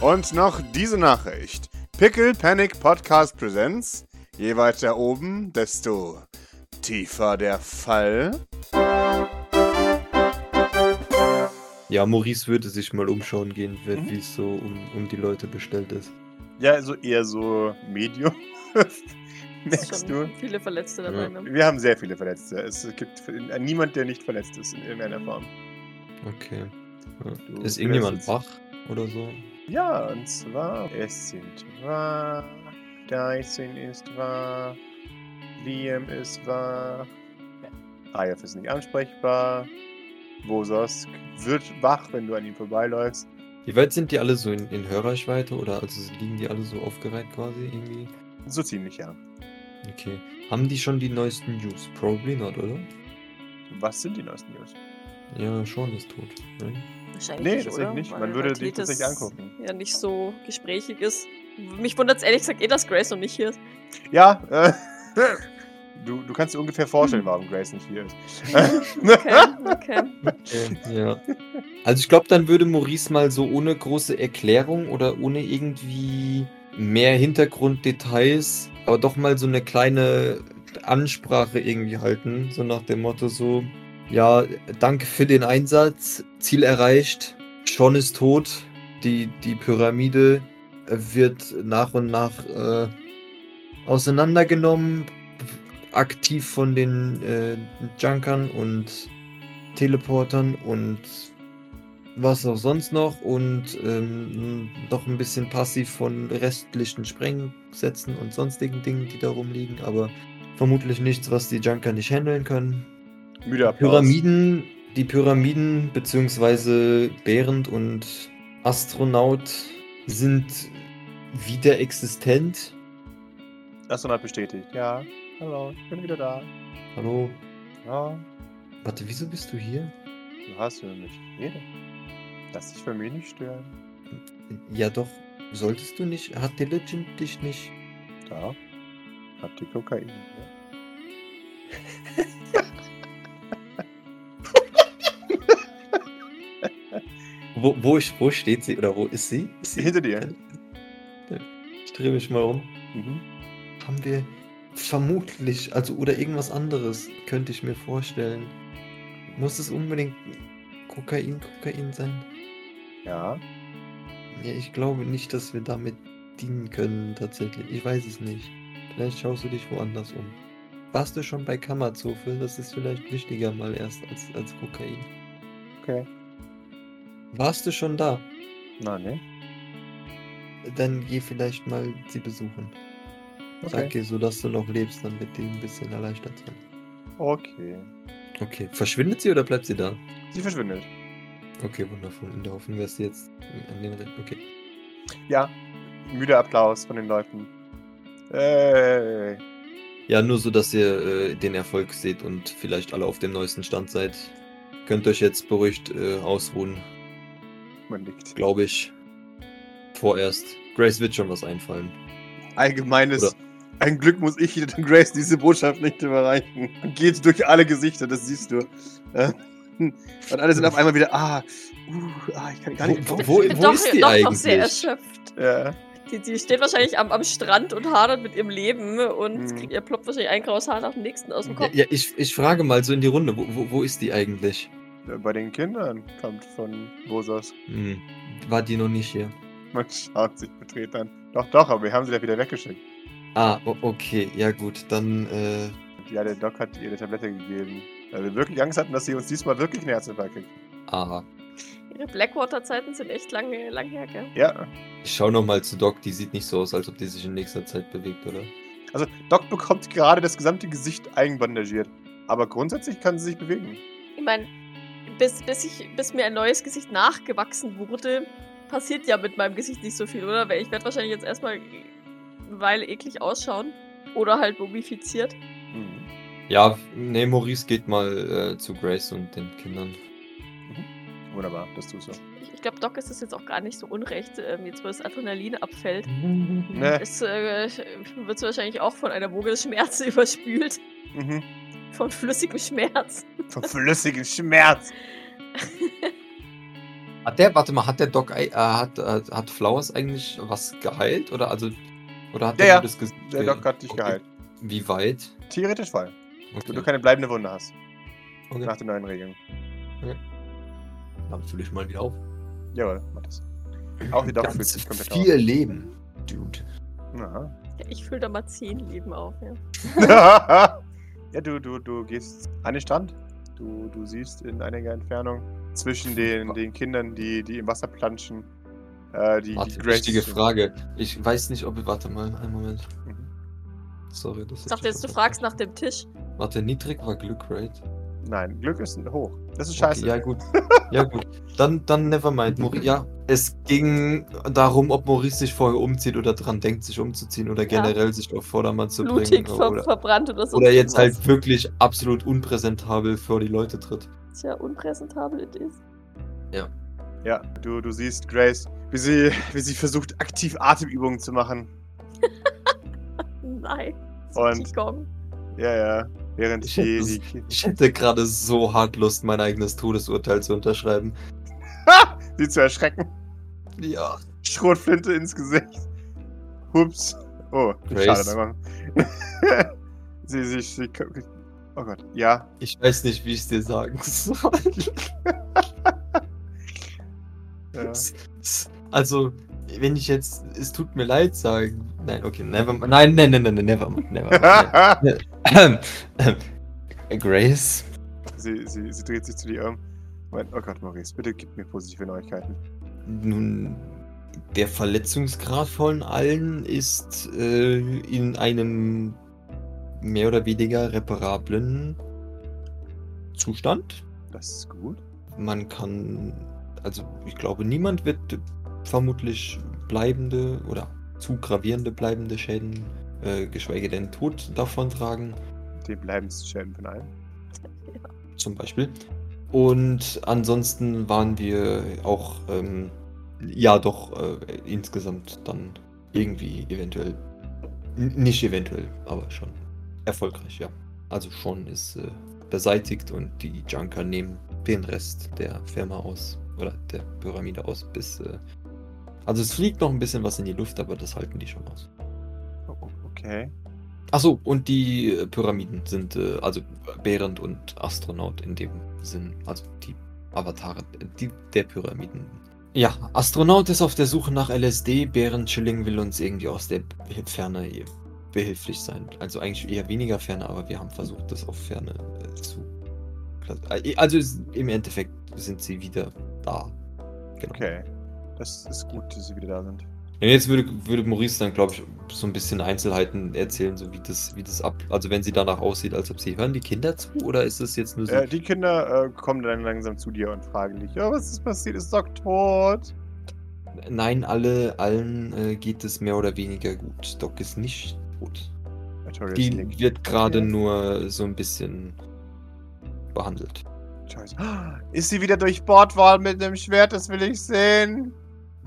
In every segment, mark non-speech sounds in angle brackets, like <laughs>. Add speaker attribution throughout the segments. Speaker 1: Und noch diese Nachricht. Pickle Panic Podcast Presents. Je weiter oben, desto tiefer der Fall.
Speaker 2: Ja, Maurice würde sich mal umschauen gehen, wer- wie es so um, um die Leute bestellt ist.
Speaker 1: Ja, also eher so Medium. <laughs> Merkst du?
Speaker 3: Schon viele Verletzte dabei. Ne?
Speaker 1: Wir haben sehr viele Verletzte. Es gibt niemand, der nicht verletzt ist in irgendeiner Form.
Speaker 2: Okay. Ja.
Speaker 1: Du
Speaker 2: Ist irgendjemand
Speaker 1: wärst jetzt-
Speaker 2: wach oder so?
Speaker 1: Ja, und zwar, es sind wahr, Dyson ist wahr, Liam ist wahr, Ayaf ist nicht ansprechbar, Bososk wird wach, wenn du an ihm vorbeiläufst.
Speaker 2: Wie weit sind die alle so in, in Hörreichweite oder also liegen die alle so aufgereiht quasi irgendwie?
Speaker 1: So ziemlich, ja.
Speaker 2: Okay. Haben die schon die neuesten News? Probably not, oder?
Speaker 1: Was sind die neuesten News?
Speaker 2: Ja, Sean ist tot. Ne?
Speaker 3: Wahrscheinlich
Speaker 1: Nee,
Speaker 3: nicht,
Speaker 1: tatsächlich
Speaker 3: oder?
Speaker 1: nicht. Man
Speaker 3: Weil
Speaker 1: würde die
Speaker 3: Athletes
Speaker 1: tatsächlich angucken.
Speaker 3: Ja, nicht so gesprächig ist. Mich wundert es ehrlich gesagt eh, dass Grace noch nicht hier ist.
Speaker 1: Ja, äh, <laughs> du, du kannst dir ungefähr vorstellen, warum Grace nicht hier ist.
Speaker 3: <laughs> Okay, okay.
Speaker 2: ja. Also ich glaube, dann würde Maurice mal so ohne große Erklärung oder ohne irgendwie mehr Hintergrunddetails, aber doch mal so eine kleine Ansprache irgendwie halten, so nach dem Motto so, ja, danke für den Einsatz, Ziel erreicht, Sean ist tot, die, die Pyramide äh, wird nach und nach äh, auseinandergenommen, aktiv von den äh, Junkern und Teleportern und was auch sonst noch und ähm, noch ein bisschen passiv von restlichen Sprengsätzen und sonstigen Dingen, die da rumliegen, aber vermutlich nichts, was die Junker nicht handeln können.
Speaker 1: <laughs> Müde Applaus.
Speaker 2: Pyramiden, die Pyramiden beziehungsweise Behrend und Astronaut sind wieder existent.
Speaker 1: Astronaut bestätigt. Ja, hallo, ich bin wieder da.
Speaker 2: Hallo,
Speaker 1: Ja,
Speaker 2: warte, wieso bist du hier?
Speaker 1: du hast über mich geredet. Lass dich für mich nicht stören.
Speaker 2: Ja doch, solltest du nicht, hat Diligent dich nicht
Speaker 1: Da, hab die Kokain. Ja.
Speaker 2: Wo, wo, ist- wo steht sie oder wo ist sie? Ist sie?
Speaker 1: Hinter dir.
Speaker 2: Ich drehe mich mal um.
Speaker 1: Mhm.
Speaker 2: Haben wir vermutlich, also oder irgendwas anderes, könnte ich mir vorstellen. Muss es unbedingt Kokain, Kokain sein?
Speaker 1: Ja,
Speaker 2: Ja, ich glaube nicht, dass wir damit dienen können, tatsächlich. Ich weiß es nicht. Vielleicht schaust du dich woanders um. Warst du schon bei Kammerzofe? Das ist vielleicht wichtiger mal erst als, als Kokain.
Speaker 1: okay.
Speaker 2: Warst du schon da?
Speaker 1: Na, ne?
Speaker 2: Dann geh vielleicht mal sie besuchen. Sag
Speaker 1: Okay.
Speaker 2: ihr so, dass du noch lebst, dann wird die ein bisschen erleichtert sein.
Speaker 1: okay.
Speaker 2: Okay. Verschwindet sie oder bleibt sie da?
Speaker 1: Sie verschwindet.
Speaker 2: Okay, wundervoll. In der Hoffnung, dass sie jetzt an den Re- Okay.
Speaker 1: Ja, müder Applaus von den Leuten. Hey.
Speaker 2: Ja, nur so, dass ihr äh, den Erfolg seht und vielleicht alle auf dem neuesten Stand seid. Könnt euch jetzt beruhigt äh, ausruhen,
Speaker 1: Man nickt.
Speaker 2: glaube ich. Vorerst. Grace wird schon was einfallen.
Speaker 1: Allgemeines. Ein Glück muss ich Grace diese Botschaft nicht überreichen. Geht durch alle Gesichter, das siehst du. Äh, <laughs> Und alle sind auf einmal wieder, ah, uh, ah ich kann gar nicht.
Speaker 2: Wo- wo- wo-
Speaker 3: Ich bin doch,
Speaker 2: ist die
Speaker 3: doch noch sehr
Speaker 2: eigentlich?
Speaker 3: erschöpft.
Speaker 1: Ja.
Speaker 3: Die, die steht wahrscheinlich am, am Strand und hadert mit ihrem Leben und
Speaker 1: Mhm.
Speaker 3: kriegt, ihr ploppt wahrscheinlich ein graues Haar nach dem nächsten aus dem
Speaker 2: Ja,
Speaker 3: Kopf.
Speaker 2: ja ich, ich frage mal so in die Runde, wo, wo, wo ist die eigentlich?
Speaker 1: Bei den Kindern kommt von Bosos.
Speaker 2: Hm, war die noch nicht hier?
Speaker 1: Man schaut sich betreten an. Doch, doch, aber wir haben sie da wieder weggeschickt.
Speaker 2: Ah, o- okay. Ja gut, dann äh,
Speaker 1: Ja, der Doc hat ihr eine Tablette gegeben. Weil wir wirklich Angst hatten, dass sie uns diesmal wirklich einen Herzinfarkt kriegt.
Speaker 2: aha.
Speaker 3: Ihre Blackwater-Zeiten sind echt lange, lang her, gell?
Speaker 1: Ja.
Speaker 2: Ich schau noch mal zu Doc, die sieht nicht so aus, als ob die sich in nächster Zeit bewegt, oder?
Speaker 1: Also, Doc bekommt gerade das gesamte Gesicht eigenbandagiert. Aber grundsätzlich kann sie sich bewegen.
Speaker 3: Ich meine, bis, bis, ich, bis mir ein neues Gesicht nachgewachsen wurde, passiert ja mit meinem Gesicht nicht so viel, oder? Weil ich werde wahrscheinlich jetzt erstmal eine Weile eklig ausschauen. Oder halt mumifiziert.
Speaker 1: Mhm.
Speaker 2: Ja, nee, Maurice geht mal äh, zu Grace und den
Speaker 1: <laughs>
Speaker 2: Kindern.
Speaker 1: Wunderbar, das tust du.
Speaker 3: Ich, ich glaube, Doc ist es jetzt auch gar nicht so unrecht, ähm, jetzt wo das Adrenalin abfällt.
Speaker 1: Ne?
Speaker 3: Es äh, wird sie wahrscheinlich auch von einer Woge des Schmerzes <laughs> überspült.
Speaker 1: Mhm.
Speaker 3: Von flüssigem Schmerz.
Speaker 1: Von flüssigem Schmerz.
Speaker 2: Hat der, warte mal, hat der Doc, ei- äh, hat, äh, hat Flowers eigentlich was geheilt? Oder also, oder hat
Speaker 1: Ja,
Speaker 2: der
Speaker 1: ja.
Speaker 2: nur das Gesicht?
Speaker 1: Der
Speaker 2: ge-
Speaker 1: Doc hat dich
Speaker 2: Okay.
Speaker 1: geheilt.
Speaker 2: Wie weit?
Speaker 1: Theoretisch voll. Wenn du
Speaker 2: Okay.
Speaker 1: keine bleibende Wunde hast.
Speaker 2: Okay.
Speaker 1: Nach den neuen Regeln.
Speaker 2: Dann fülle ich mal wieder auf.
Speaker 1: Jawohl, mach das. Auch die Doc fühlt sich komplett
Speaker 2: vier Leben, Dude.
Speaker 1: auf.
Speaker 3: Ja, ich fülle da mal zehn Leben auf. Ja.
Speaker 1: Ja, <laughs> ja du, du, du gehst an den Strand. Du, du siehst in einiger Entfernung zwischen den, den Kindern, die, die im Wasser planschen, äh, die, die
Speaker 2: Warte,
Speaker 1: Grace-
Speaker 2: wichtige Frage. Ich weiß nicht, ob. Warte mal, einen Moment.
Speaker 1: Mhm.
Speaker 2: Sorry, das
Speaker 3: Ich dachte jetzt, du fragst nach dem Tisch.
Speaker 2: Warte, niedrig war Glück, right?
Speaker 1: Nein, Glück ist hoch. Das ist scheiße.
Speaker 2: Okay, ja, gut. Ja, gut. Dann, dann nevermind, Mori. Ja, es ging darum, ob Maurice sich vorher umzieht oder dran denkt, sich umzuziehen oder
Speaker 3: Ja.
Speaker 2: generell sich auf Vordermann zu
Speaker 3: Blutig
Speaker 2: bringen.
Speaker 3: ver
Speaker 2: Oder,
Speaker 3: verbrannt oder so.
Speaker 2: oder jetzt halt wirklich absolut unpräsentabel vor die Leute tritt.
Speaker 3: Tja, unpräsentabel it is.
Speaker 1: Ja, du, du siehst Grace, wie sie, <laughs> wie sie versucht, aktiv Atemübungen zu machen.
Speaker 3: Nein.
Speaker 1: Und-
Speaker 3: Qigong.
Speaker 1: Ja, ja. Während
Speaker 2: Ich
Speaker 1: die,
Speaker 2: hätte
Speaker 1: die,
Speaker 2: Ich hätte gerade so hart Lust, mein eigenes Todesurteil zu unterschreiben.
Speaker 1: sie zu erschrecken. <laughs>
Speaker 2: Ja.
Speaker 1: Schrotflinte ins Gesicht. Hups. Oh,
Speaker 2: Grace.
Speaker 1: schade. Mann. <laughs> sie, sie, sie, oh Gott, ja.
Speaker 2: Ich weiß nicht, wie ich es dir sagen <laughs> soll.
Speaker 1: ja.
Speaker 2: Also, wenn ich jetzt, es tut mir leid sagen. Nein, okay, never mind. Nein, nein, nein, nein, nein, never mind. Never mind. Ahem, ahem. Ähm, äh, Grace?
Speaker 1: sie, sie, sie dreht sich zu dir um. Meint, oh Gott, Maurice, bitte gib mir positive Neuigkeiten.
Speaker 2: Nun, der Verletzungsgrad von allen ist äh, in einem mehr oder weniger reparablen Zustand.
Speaker 1: Das ist gut.
Speaker 2: Man kann, also ich glaube, niemand wird vermutlich bleibende oder zu gravierende bleibende Schäden, äh, geschweige denn Tod davon tragen.
Speaker 1: Die Bleibensschäden von allen.
Speaker 2: zum Beispiel. Und ansonsten waren wir auch, ähm, ja, doch äh, insgesamt dann irgendwie eventuell, n- nicht eventuell, aber schon erfolgreich, ja. Also schon ist äh, beseitigt und die Junker nehmen den Rest der Firma aus oder der Pyramide aus bis. Äh, also es fliegt noch ein bisschen was in die Luft, aber das halten die schon aus.
Speaker 1: Oh, oh, okay.
Speaker 2: Achso, und die äh, Pyramiden sind, äh, also Behrend und Astronaut in dem Sinn, also die Avatare äh, die, der Pyramiden. Ja, Astronaut ist auf der Suche nach LSD, Behrend Schilling will uns irgendwie aus der Ferne behilflich sein. Also eigentlich eher weniger Ferne, aber wir haben versucht, das auf Ferne äh, zu... klass- äh, Also es- im Endeffekt sind sie wieder da. Genau.
Speaker 1: Okay. Das ist gut, dass sie wieder da sind.
Speaker 2: Ja, jetzt würde, würde Maurice dann, glaube ich, so ein bisschen Einzelheiten erzählen, so wie das, wie das ab. Also wenn sie danach aussieht, als ob sie. Hören die Kinder zu oder ist das jetzt nur so?
Speaker 1: Äh, die Kinder äh, kommen dann langsam zu dir und fragen dich, ja, was ist passiert? Ist Doc tot?
Speaker 2: Nein, alle, allen äh, geht es mehr oder weniger gut. Doc ist nicht tot.
Speaker 1: Artorius
Speaker 2: Die
Speaker 1: nickt.
Speaker 2: wird gerade
Speaker 1: Okay.
Speaker 2: nur so ein bisschen behandelt.
Speaker 1: Scheiße. "Ah, Ist sie wieder durchbohrt worden mit einem Schwert? Das will ich sehen.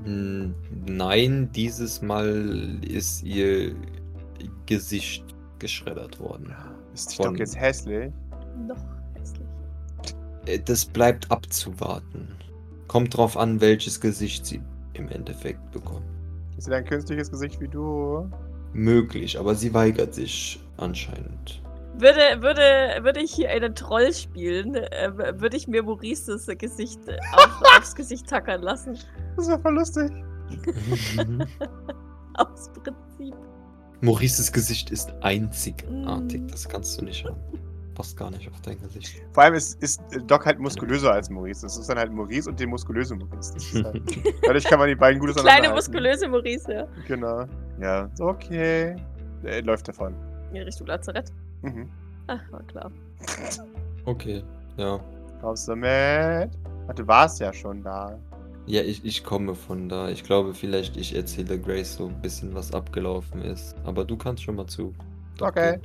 Speaker 2: Hm, Nein, dieses Mal ist ihr Gesicht geschreddert worden.
Speaker 1: Ist die
Speaker 2: Von-
Speaker 1: doch jetzt hässlich?
Speaker 3: Noch hässlich.
Speaker 2: Äh, Das bleibt abzuwarten. Kommt drauf an, welches Gesicht sie im Endeffekt bekommt.
Speaker 1: Ist sie ein künstliches Gesicht wie du?
Speaker 2: Möglich, aber sie weigert sich anscheinend.
Speaker 3: Würde, würde, würde ich hier einen Troll spielen, äh, würde ich mir Maurices Gesicht auf, aufs Gesicht tackern lassen.
Speaker 1: Das war voll lustig.
Speaker 3: Aus Prinzip.
Speaker 2: Maurices Gesicht ist einzigartig.
Speaker 3: Mm.
Speaker 2: Das kannst du nicht haben. Passt gar nicht auf dein Gesicht.
Speaker 1: Vor allem ist, ist Doc halt muskulöser als Maurice. Das ist dann halt Maurice und der muskulöse Maurice. Das <laughs> ist halt, dadurch kann man die beiden gut
Speaker 3: Kleine
Speaker 1: auseinanderhalten.
Speaker 3: muskulöse Maurice, ja.
Speaker 1: Genau. Ja, ist okay. Er läuft davon.
Speaker 3: In Richtung Lazarett.
Speaker 1: Mhm.
Speaker 3: Ach, war klar.
Speaker 2: okay, ja.
Speaker 1: Kommst du mit? Ach, du warst ja schon da.
Speaker 2: Ja, ich, ich komme von da. Ich glaube, vielleicht ich erzähle Grace so ein bisschen, was abgelaufen ist. Aber du kannst schon mal zu. Doc
Speaker 1: Okay.
Speaker 2: gehen.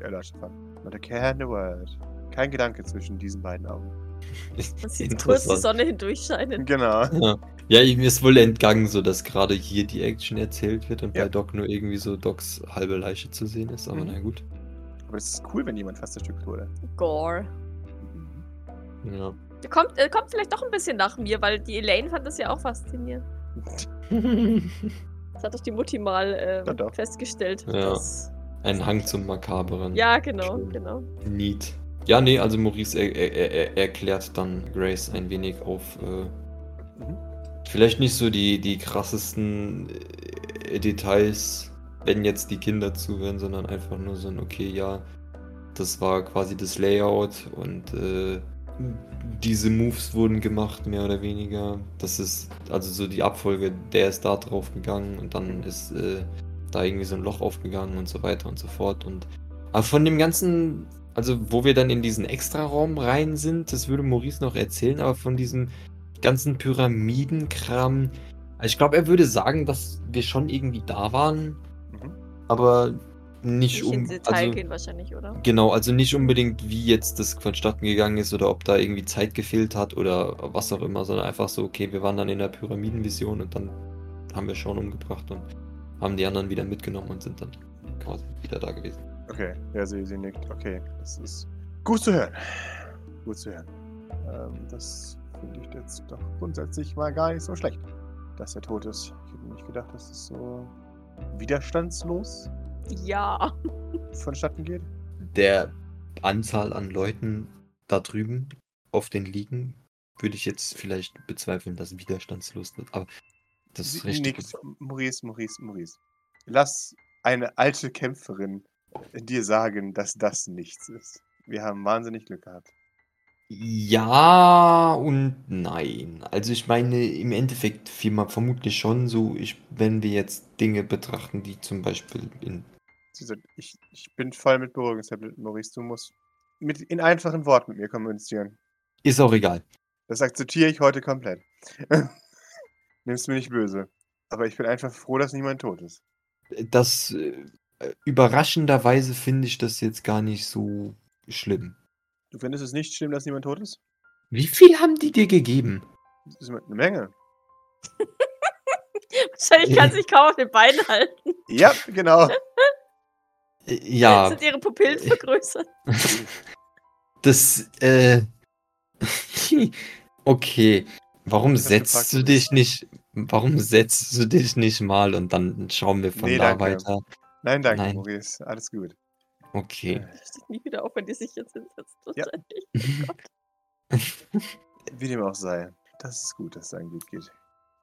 Speaker 1: Er läuft davon. Not a care in the world. Kein Gedanke zwischen diesen beiden Augen.
Speaker 3: Man sieht kurz
Speaker 2: <laughs>
Speaker 3: die
Speaker 2: Interessant.
Speaker 3: Sonne
Speaker 1: <laughs>
Speaker 3: hindurchscheinen.
Speaker 1: Genau.
Speaker 2: Ja, ihm ist wohl entgangen, so dass gerade hier die Action erzählt wird und
Speaker 1: Ja.
Speaker 2: bei Doc nur irgendwie so Docs halbe Leiche zu sehen ist, aber
Speaker 1: Mhm.
Speaker 2: na gut.
Speaker 1: Aber es ist cool, wenn jemand fast zerstückt wurde.
Speaker 3: Gore.
Speaker 1: <laughs>
Speaker 2: Ja.
Speaker 3: Er kommt, er kommt vielleicht doch ein bisschen nach mir, weil die Elaine fand das ja auch faszinierend.
Speaker 1: Mhm.
Speaker 3: Das hat doch die Mutti mal ähm,
Speaker 1: Ja, doch.
Speaker 3: festgestellt.
Speaker 2: Ja.
Speaker 3: dass-
Speaker 2: Ein Hang zum Makaberen.
Speaker 3: ja genau,
Speaker 2: Schön.
Speaker 3: genau.
Speaker 2: Neat. Ja, nee, also Maurice er, er, er, er erklärt dann Grace ein wenig auf äh,
Speaker 1: Mhm.
Speaker 2: vielleicht nicht so die, die krassesten äh, Details, wenn jetzt die Kinder zuhören, sondern einfach nur so ein, okay, ja, das war quasi das Layout und äh, diese Moves wurden gemacht, mehr oder weniger. Das ist, also so die Abfolge, der ist da drauf gegangen und dann ist äh, da irgendwie so ein Loch aufgegangen und so weiter und so fort. Und aber von dem ganzen, also wo wir dann in diesen Extraraum rein sind, das würde Maurice noch erzählen, aber von diesem ganzen Pyramidenkram, also ich glaube, er würde sagen, dass wir schon irgendwie da waren,
Speaker 1: Mhm.
Speaker 2: aber nicht,
Speaker 3: Nicht
Speaker 2: um.
Speaker 3: ins Detail
Speaker 2: Also,
Speaker 3: gehen wahrscheinlich, oder?
Speaker 2: Genau, also nicht unbedingt, wie jetzt das vonstatten gegangen ist oder ob da irgendwie Zeit gefehlt hat oder was auch immer, sondern einfach so, okay, wir waren dann in der Pyramidenvision und dann haben wir Sean umgebracht und haben die anderen wieder mitgenommen und sind dann quasi wieder da gewesen.
Speaker 1: Okay, ja, sie, sie nickt. Okay, das ist gut zu hören. Gut zu hören. Ähm, das finde ich jetzt doch grundsätzlich mal gar nicht so schlecht, dass er tot ist. Ich hätte nicht gedacht, dass es so widerstandslos
Speaker 3: Ja.
Speaker 1: vonstatten geht.
Speaker 2: der Anzahl an Leuten da drüben auf den Liegen würde ich jetzt vielleicht bezweifeln, dass widerstandslos wird. Aber das ist
Speaker 1: Sie
Speaker 2: richtig.
Speaker 1: nickt. Maurice, Maurice, Maurice. Lass eine alte Kämpferin dir sagen, dass das nichts ist. Wir haben wahnsinnig Glück gehabt.
Speaker 2: Ja und nein. Also ich meine, im Endeffekt vielmehr vermutlich schon so, ich, wenn wir jetzt Dinge betrachten, die zum Beispiel in...
Speaker 1: Sie sagt, ich, ich bin voll mit Berührungshemmnissen, Maurice. Du musst mit, in einfachen Worten mit mir kommunizieren.
Speaker 2: Ist auch egal.
Speaker 1: Das akzeptiere ich heute komplett. <laughs> Nimm's mir nicht böse. Aber ich bin einfach froh, dass niemand tot ist.
Speaker 2: Das äh, überraschenderweise finde ich das jetzt gar nicht so schlimm.
Speaker 1: Du findest es nicht schlimm, dass niemand tot ist?
Speaker 2: Wie viel haben die dir gegeben?
Speaker 1: Das ist eine Menge.
Speaker 3: <laughs> Wahrscheinlich kann sich kaum auf den Beinen halten.
Speaker 1: Ja, <laughs> genau.
Speaker 2: Äh, Ja.
Speaker 3: Sind ihre Pupillen vergrößert.
Speaker 2: Das, äh. <laughs> okay. Warum
Speaker 1: Ich hab
Speaker 2: setzt
Speaker 1: gefragt,
Speaker 2: du
Speaker 1: was-
Speaker 2: dich nicht. Warum setzt du dich nicht mal und dann schauen wir von
Speaker 1: Nee,
Speaker 2: da
Speaker 1: danke.
Speaker 2: weiter?
Speaker 1: Nein, danke,
Speaker 2: Nein.
Speaker 1: Maurice. Alles gut.
Speaker 2: Okay.
Speaker 3: <laughs> Ich stehe nie wieder auf, wenn die sich jetzt hinsetzt.
Speaker 1: Ja.
Speaker 3: Wahrscheinlich.
Speaker 1: Wie dem auch sei. Das ist gut, dass es deinem gut geht.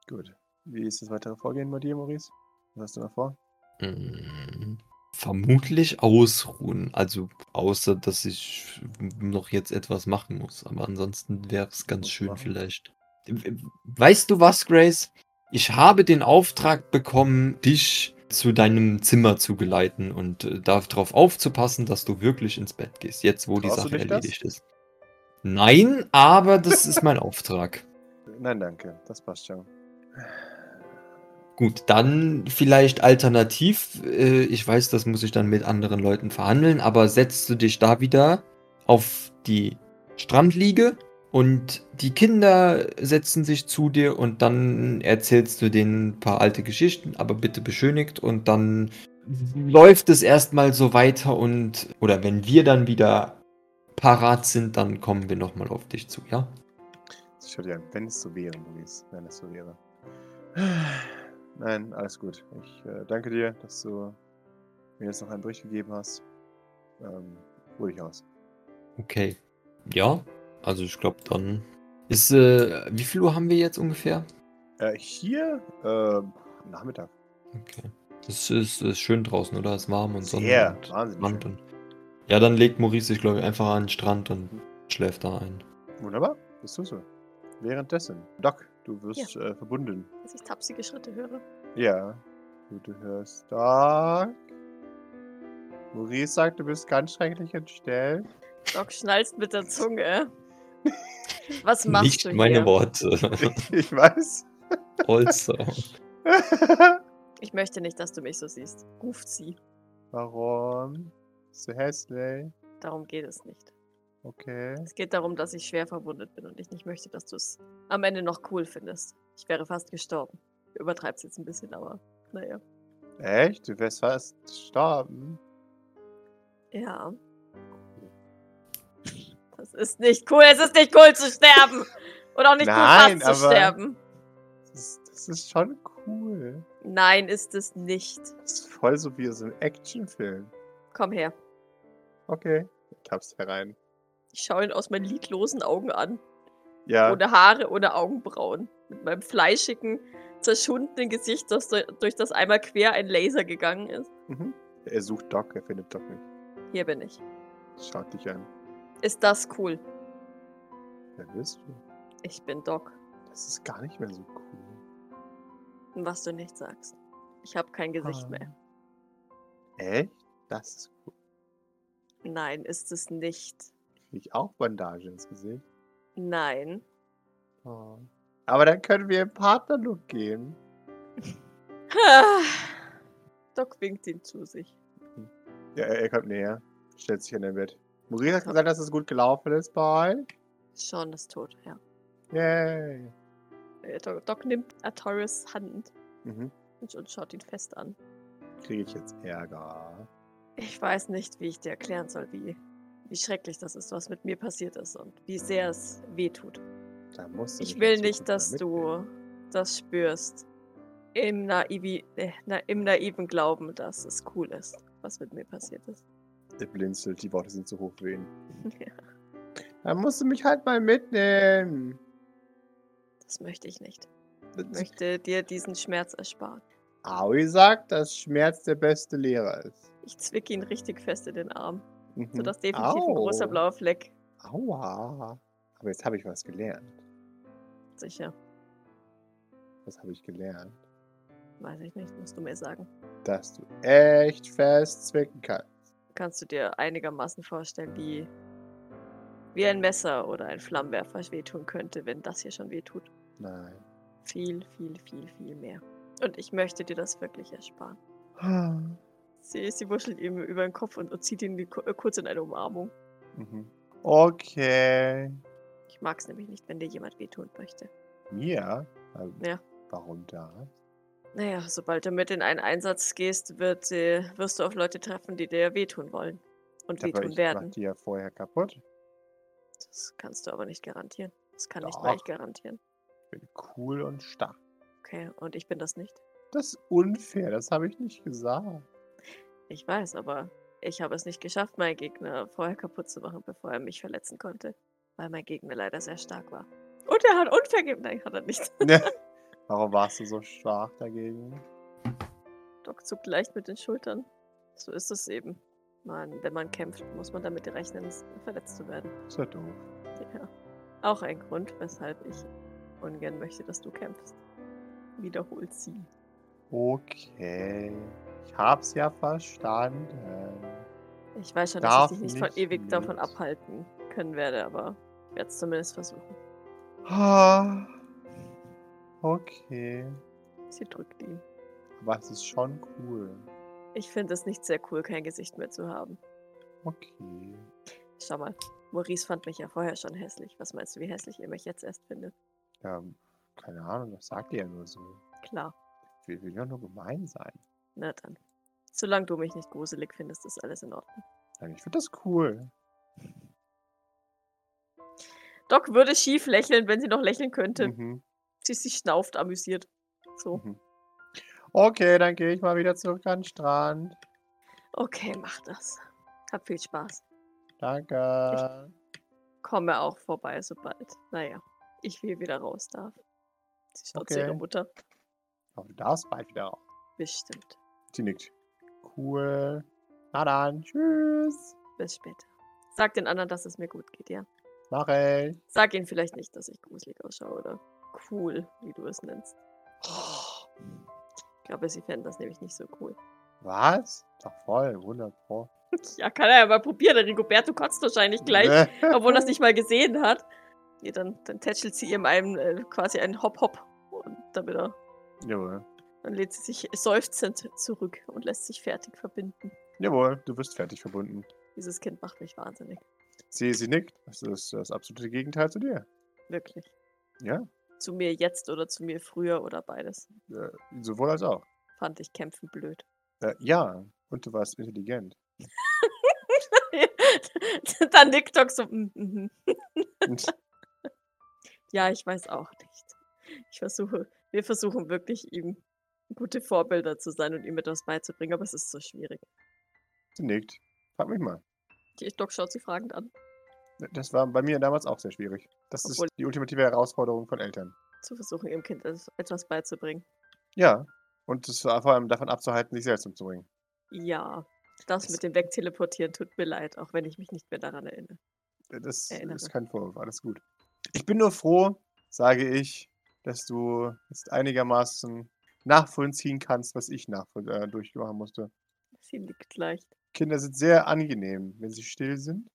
Speaker 1: Gut. Wie ist das weitere Vorgehen bei dir, Maurice? Was hast du noch vor?
Speaker 2: Mm, Vermutlich ausruhen. Also, außer dass ich noch jetzt etwas machen muss. Aber ansonsten wäre es ganz
Speaker 1: Muss
Speaker 2: schön,
Speaker 1: machen.
Speaker 2: vielleicht. Weißt du was, Grace? Ich habe den Auftrag bekommen, dich zu deinem Zimmer zu geleiten und äh, darauf aufzupassen, dass du wirklich ins Bett gehst, jetzt wo die
Speaker 1: Traust du
Speaker 2: Sache
Speaker 1: dich das?
Speaker 2: erledigt ist. Nein, aber das ist mein Auftrag.
Speaker 1: Nein, danke. Das passt schon.
Speaker 2: Gut, dann vielleicht alternativ, äh, ich weiß, das muss ich dann mit anderen Leuten verhandeln, aber setzt du dich da wieder auf die Strandliege und die Kinder setzen sich zu dir und dann erzählst du denen ein paar alte Geschichten, aber bitte beschönigt und dann läuft es erstmal so weiter und oder wenn wir dann wieder parat sind, dann kommen wir nochmal auf dich zu, ja?
Speaker 1: Ich schau dir an, wenn es so wäre, Maurice. Wenn es so wäre. Nein, alles gut. Ich äh, danke dir, dass du mir jetzt noch einen Bericht gegeben hast. Ähm, ruh dich aus.
Speaker 2: Okay. Ja, also ich glaube dann ist äh, wie viel Uhr haben wir jetzt ungefähr?
Speaker 1: Äh, hier, äh, Nachmittag.
Speaker 2: Okay. Es ist, ist schön draußen, oder? Es ist warm und sonnig.
Speaker 1: Sehr,
Speaker 2: und
Speaker 1: wahnsinnig.
Speaker 2: Strand und ja, dann legt Maurice sich, glaube ich, einfach an den Strand und schläft da ein.
Speaker 1: schön. Wunderbar, das tust du. Währenddessen, Doc, du wirst äh, verbunden.
Speaker 3: Dass ich tapsige Schritte höre.
Speaker 1: Ja, du, du hörst Doc. Maurice sagt, du bist ganz schrecklich entstellt.
Speaker 3: Doc schnallst mit der Zunge. Was machst
Speaker 2: Nicht
Speaker 3: du hier?
Speaker 2: meine
Speaker 3: <laughs>
Speaker 2: Worte.
Speaker 1: Ich, ich weiß. <laughs>
Speaker 2: also.
Speaker 3: Ich möchte nicht, dass du mich so siehst. Ruft sie.
Speaker 1: Warum? Bist du hässlich?
Speaker 3: Darum geht es nicht.
Speaker 1: Okay.
Speaker 3: Es geht darum, dass ich schwer verwundet bin und ich nicht möchte, dass du es am Ende noch cool findest. Ich wäre fast gestorben. Ich übertreib's jetzt ein bisschen, aber naja.
Speaker 1: Echt? Du wärst fast gestorben?
Speaker 3: Ja. Es ist nicht cool, es ist nicht cool zu sterben. Und auch nicht
Speaker 1: Nein,
Speaker 3: cool fast zu
Speaker 1: aber-
Speaker 3: sterben.
Speaker 1: Das ist, das ist schon cool.
Speaker 3: Nein, ist es nicht.
Speaker 1: Das ist voll so wie so ein Actionfilm.
Speaker 3: Komm her.
Speaker 1: Okay. Ich tapp's herein.
Speaker 3: Ich schaue ihn aus meinen lidlosen Augen an.
Speaker 1: Ja,
Speaker 3: Ohne Haare, ohne Augenbrauen. Mit meinem fleischigen, zerschundenen Gesicht, das, du- durch das einmal quer ein Laser gegangen ist.
Speaker 1: mhm. er sucht Doc, er findet Doc nicht.
Speaker 3: Hier bin ich.
Speaker 1: Schaut dich an.
Speaker 3: Ist das cool?
Speaker 1: Wer bist du?
Speaker 3: Ich bin Doc.
Speaker 1: Das ist gar nicht mehr so cool.
Speaker 3: Was du nicht sagst. Ich habe kein Gesicht
Speaker 1: Ah.
Speaker 3: mehr.
Speaker 1: Echt? Das ist cool.
Speaker 3: Nein, ist es nicht.
Speaker 1: Krieg ich auch Bandage ins Gesicht.
Speaker 3: Nein.
Speaker 1: Oh. Aber dann können wir im Partnerlook gehen.
Speaker 3: Ah. Doc winkt ihn zu sich.
Speaker 1: Ja, er, er kommt näher. Stellt sich in dein Bett. Maurice hat gesagt, dass es gut gelaufen ist bei euch.
Speaker 3: Sean ist tot, ja.
Speaker 1: Yay.
Speaker 3: Äh, Doc, Doc nimmt Artorius Hand
Speaker 1: Mhm.
Speaker 3: und, und schaut ihn fest an.
Speaker 1: Kriege ich jetzt Ärger.
Speaker 3: Ich weiß nicht, wie ich dir erklären soll, wie, wie schrecklich das ist, was mit mir passiert ist und wie sehr es weh tut.
Speaker 1: Da musst du
Speaker 3: Ich
Speaker 1: mich
Speaker 3: will
Speaker 1: in
Speaker 3: nicht,
Speaker 1: Zukunft
Speaker 3: dass
Speaker 1: mal
Speaker 3: du das spürst. Im, naivi, äh, na, Im naiven Glauben, dass es cool ist, was mit mir passiert ist.
Speaker 1: mitnehmen. Er blinzelt, die Worte sind zu hoch für ihn.
Speaker 3: <laughs> Ja,
Speaker 1: Dann musst du mich halt mal mitnehmen.
Speaker 3: das möchte ich nicht. Ich möchte dir diesen Schmerz ersparen.
Speaker 1: Aoi sagt, dass Schmerz der beste Lehrer ist.
Speaker 3: Ich zwick ihn richtig fest in den Arm,
Speaker 1: Mhm.
Speaker 3: sodass definitiv ein großer
Speaker 1: Au.
Speaker 3: blauer Fleck
Speaker 1: Aua. Aber jetzt habe ich was gelernt.
Speaker 3: sicher.
Speaker 1: Was habe ich gelernt?
Speaker 3: Weiß ich nicht, musst du mir sagen.
Speaker 1: Dass du echt fest zwicken kannst.
Speaker 3: kannst du dir einigermaßen vorstellen, wie, wie ein Messer oder ein Flammenwerfer wehtun könnte, wenn das hier schon wehtut.
Speaker 1: Nein.
Speaker 3: <gasps> Viel, viel, viel, viel mehr. Und ich möchte dir das wirklich ersparen. Sie, sie wuschelt ihm über den Kopf und, und zieht ihn die, ku- äh, kurz in eine Umarmung.
Speaker 1: Mhm. Okay.
Speaker 3: Ich mag es nämlich nicht, wenn dir jemand wehtun möchte.
Speaker 1: Mir? Also,
Speaker 3: Ja.
Speaker 1: Warum da?
Speaker 3: Naja, sobald du mit in einen Einsatz gehst, wird, äh, wirst du auf Leute treffen, die dir wehtun wollen. Und
Speaker 1: Aber
Speaker 3: wehtun
Speaker 1: ich mach
Speaker 3: werden.
Speaker 1: die ja vorher kaputt.
Speaker 3: Das kannst du aber nicht garantieren. Das kann nicht
Speaker 1: Doch.
Speaker 3: mal ich garantieren.
Speaker 1: Ich bin cool und stark.
Speaker 3: Okay, und ich bin das nicht.
Speaker 1: Das ist unfair, das habe ich nicht gesagt. <laughs>
Speaker 3: Ich weiß, aber ich habe es nicht geschafft, meinen Gegner vorher kaputt zu machen, bevor er mich verletzen konnte. Weil mein Gegner leider sehr stark war. Und er hat unvergeben. Nein, hat er nicht. <laughs>
Speaker 1: Warum warst du so stark dagegen?
Speaker 3: Doc zuckt leicht mit den Schultern. So ist es eben. Man, wenn man kämpft, muss man damit rechnen, s- verletzt zu werden.
Speaker 1: Ist ja doof.
Speaker 3: Ja. Auch ein Grund, weshalb ich ungern möchte, dass du kämpfst. Wiederholt sie.
Speaker 1: Okay. Ich hab's ja verstanden.
Speaker 3: Ich weiß schon,
Speaker 1: Darf
Speaker 3: dass ich dich nicht von
Speaker 1: nicht
Speaker 3: ewig davon
Speaker 1: mit.
Speaker 3: abhalten können werde, aber ich werde es zumindest versuchen.
Speaker 1: Ah. Okay.
Speaker 3: Sie drückt ihn.
Speaker 1: Aber es ist schon cool.
Speaker 3: Ich finde es nicht sehr cool, kein Gesicht mehr zu haben.
Speaker 1: Okay.
Speaker 3: Schau mal, Maurice fand mich ja vorher schon hässlich. Was meinst du, wie hässlich ihr mich jetzt erst findet?
Speaker 1: Ja, Ähm, keine Ahnung, das sagt ihr ja nur so.
Speaker 3: Klar,
Speaker 1: Wir will ja nur gemein sein.
Speaker 3: na dann. Solange du mich nicht gruselig findest, ist alles in Ordnung.
Speaker 1: Nein, ich finde das cool.
Speaker 3: Doc würde schief lächeln, wenn sie noch lächeln könnte.
Speaker 1: Mhm.
Speaker 3: Sie, sie schnauft amüsiert. So,
Speaker 1: Mhm. Okay, dann gehe ich mal wieder zurück an den Strand.
Speaker 3: okay, mach das. Hab viel Spaß.
Speaker 1: Danke.
Speaker 3: Komme auch vorbei, sobald. Naja, ich will wieder raus darf. Sie schaut zu ihrer
Speaker 1: Okay.
Speaker 3: Mutter.
Speaker 1: Aber du darfst Oh, bald wieder raus.
Speaker 3: Bestimmt.
Speaker 1: Sie nickt. Cool. Na dann, tschüss.
Speaker 3: Bis später. Sag den anderen, dass es mir gut geht, ja?
Speaker 1: Mach ich.
Speaker 3: Sag ihnen vielleicht nicht, dass ich gruselig ausschaue oder cool, wie du es nennst. Ich glaube, sie fänden das nämlich nicht so cool.
Speaker 1: Was? Doch voll, wunderbar.
Speaker 3: Ja, kann er ja mal probieren. Der Rigoberto kotzt wahrscheinlich gleich,
Speaker 1: Äh.
Speaker 3: obwohl er es nicht mal gesehen hat. Nee, dann, dann tätschelt sie ihm einen, äh, quasi einen Hop-Hop. Und damit er,
Speaker 1: Jawohl.
Speaker 3: dann lädt sie sich seufzend zurück und lässt sich fertig verbinden.
Speaker 1: Jawohl, du wirst fertig verbunden.
Speaker 3: Dieses Kind macht mich wahnsinnig.
Speaker 1: Sie, sie nickt. Das ist das absolute Gegenteil zu dir.
Speaker 3: Wirklich.
Speaker 1: Ja.
Speaker 3: Zu mir jetzt oder zu mir früher oder beides.
Speaker 1: Äh, sowohl als auch.
Speaker 3: Fand ich kämpfen blöd. <laughs>
Speaker 1: Äh, ja, und du warst intelligent.
Speaker 3: Dann TikTok so. mm, mhm. <laughs> Ja, ich weiß auch nicht. Ich versuche, wir versuchen wirklich ihm gute Vorbilder zu sein und ihm etwas beizubringen, aber es ist so schwierig.
Speaker 1: Sie nickt. Frag mich mal.
Speaker 3: Die Doc schaut sie fragend an.
Speaker 1: Das war bei mir damals auch sehr schwierig. Das
Speaker 3: Obwohl-
Speaker 1: ist die ultimative Herausforderung von Eltern.
Speaker 3: Zu versuchen, ihrem Kind es- etwas beizubringen.
Speaker 1: Ja. Und es war vor allem davon abzuhalten, sich selbst umzubringen.
Speaker 3: Ja, das
Speaker 1: Das-
Speaker 3: mit dem Wegteleportieren tut mir leid, auch wenn ich mich nicht mehr daran erinnere.
Speaker 1: Äh, Das
Speaker 3: Erinnere.
Speaker 1: ist kein Vorwurf, alles gut. Ich bin nur froh, sage ich, dass du jetzt einigermaßen nachvollziehen kannst, was ich nachvoll äh, durchmachen musste.
Speaker 3: Sie liegt leicht.
Speaker 1: Kinder sind sehr angenehm, wenn sie still sind.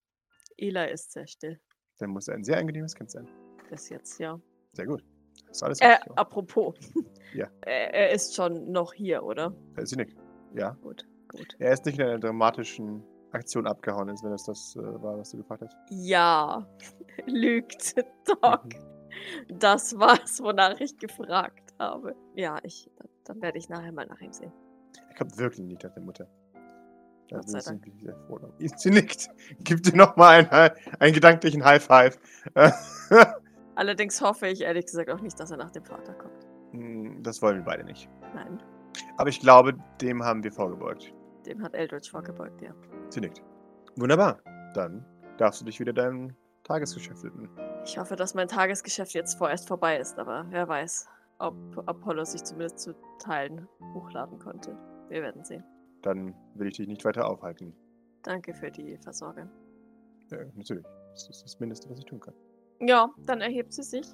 Speaker 3: Ela ist sehr still.
Speaker 1: Dann muss er ein sehr angenehmes Kind sein.
Speaker 3: Bis jetzt, ja.
Speaker 1: Sehr gut. Das ist alles
Speaker 3: Äh,
Speaker 1: richtig.
Speaker 3: apropos.
Speaker 1: Ja.
Speaker 3: <laughs> Er, er ist schon noch hier, oder?
Speaker 1: Äh, sie nickt. Ja.
Speaker 3: Gut, gut.
Speaker 1: Er ist nicht in einer dramatischen Aktion abgehauen, ist, wenn das das äh, war, was du gefragt hast.
Speaker 3: Ja, <laughs> lügt <laughs> Doc. Das war's, wonach ich gefragt habe. Ja, ich, dann werde ich nachher mal nach ihm sehen.
Speaker 1: Er kommt wirklich nicht nach der Mutter. Da
Speaker 3: Gott sei
Speaker 1: sind wir sehr froh. drum. Sie nickt. <laughs> Gibt dir nochmal einen, äh, einen gedanklichen High Five.
Speaker 3: Allerdings hoffe ich ehrlich gesagt auch nicht, dass er nach dem Vater kommt.
Speaker 1: Hm, Das wollen wir beide nicht.
Speaker 3: Nein,
Speaker 1: Aber ich glaube, dem haben wir vorgebeugt.
Speaker 3: dem hat Eldritch vorgebeugt, ja.
Speaker 1: Sie nickt. Wunderbar. Dann darfst du dich wieder deinem Tagesgeschäft widmen.
Speaker 3: Ich hoffe, dass mein Tagesgeschäft jetzt vorerst vorbei ist, aber wer weiß, ob Apollo sich zumindest zu Teilen hochladen konnte. Wir werden sehen.
Speaker 1: Dann will ich dich nicht weiter aufhalten.
Speaker 3: Danke für die Versorgung.
Speaker 1: Äh, natürlich. Das ist das Mindeste, was ich tun kann.
Speaker 3: Ja, dann erhebt sie sich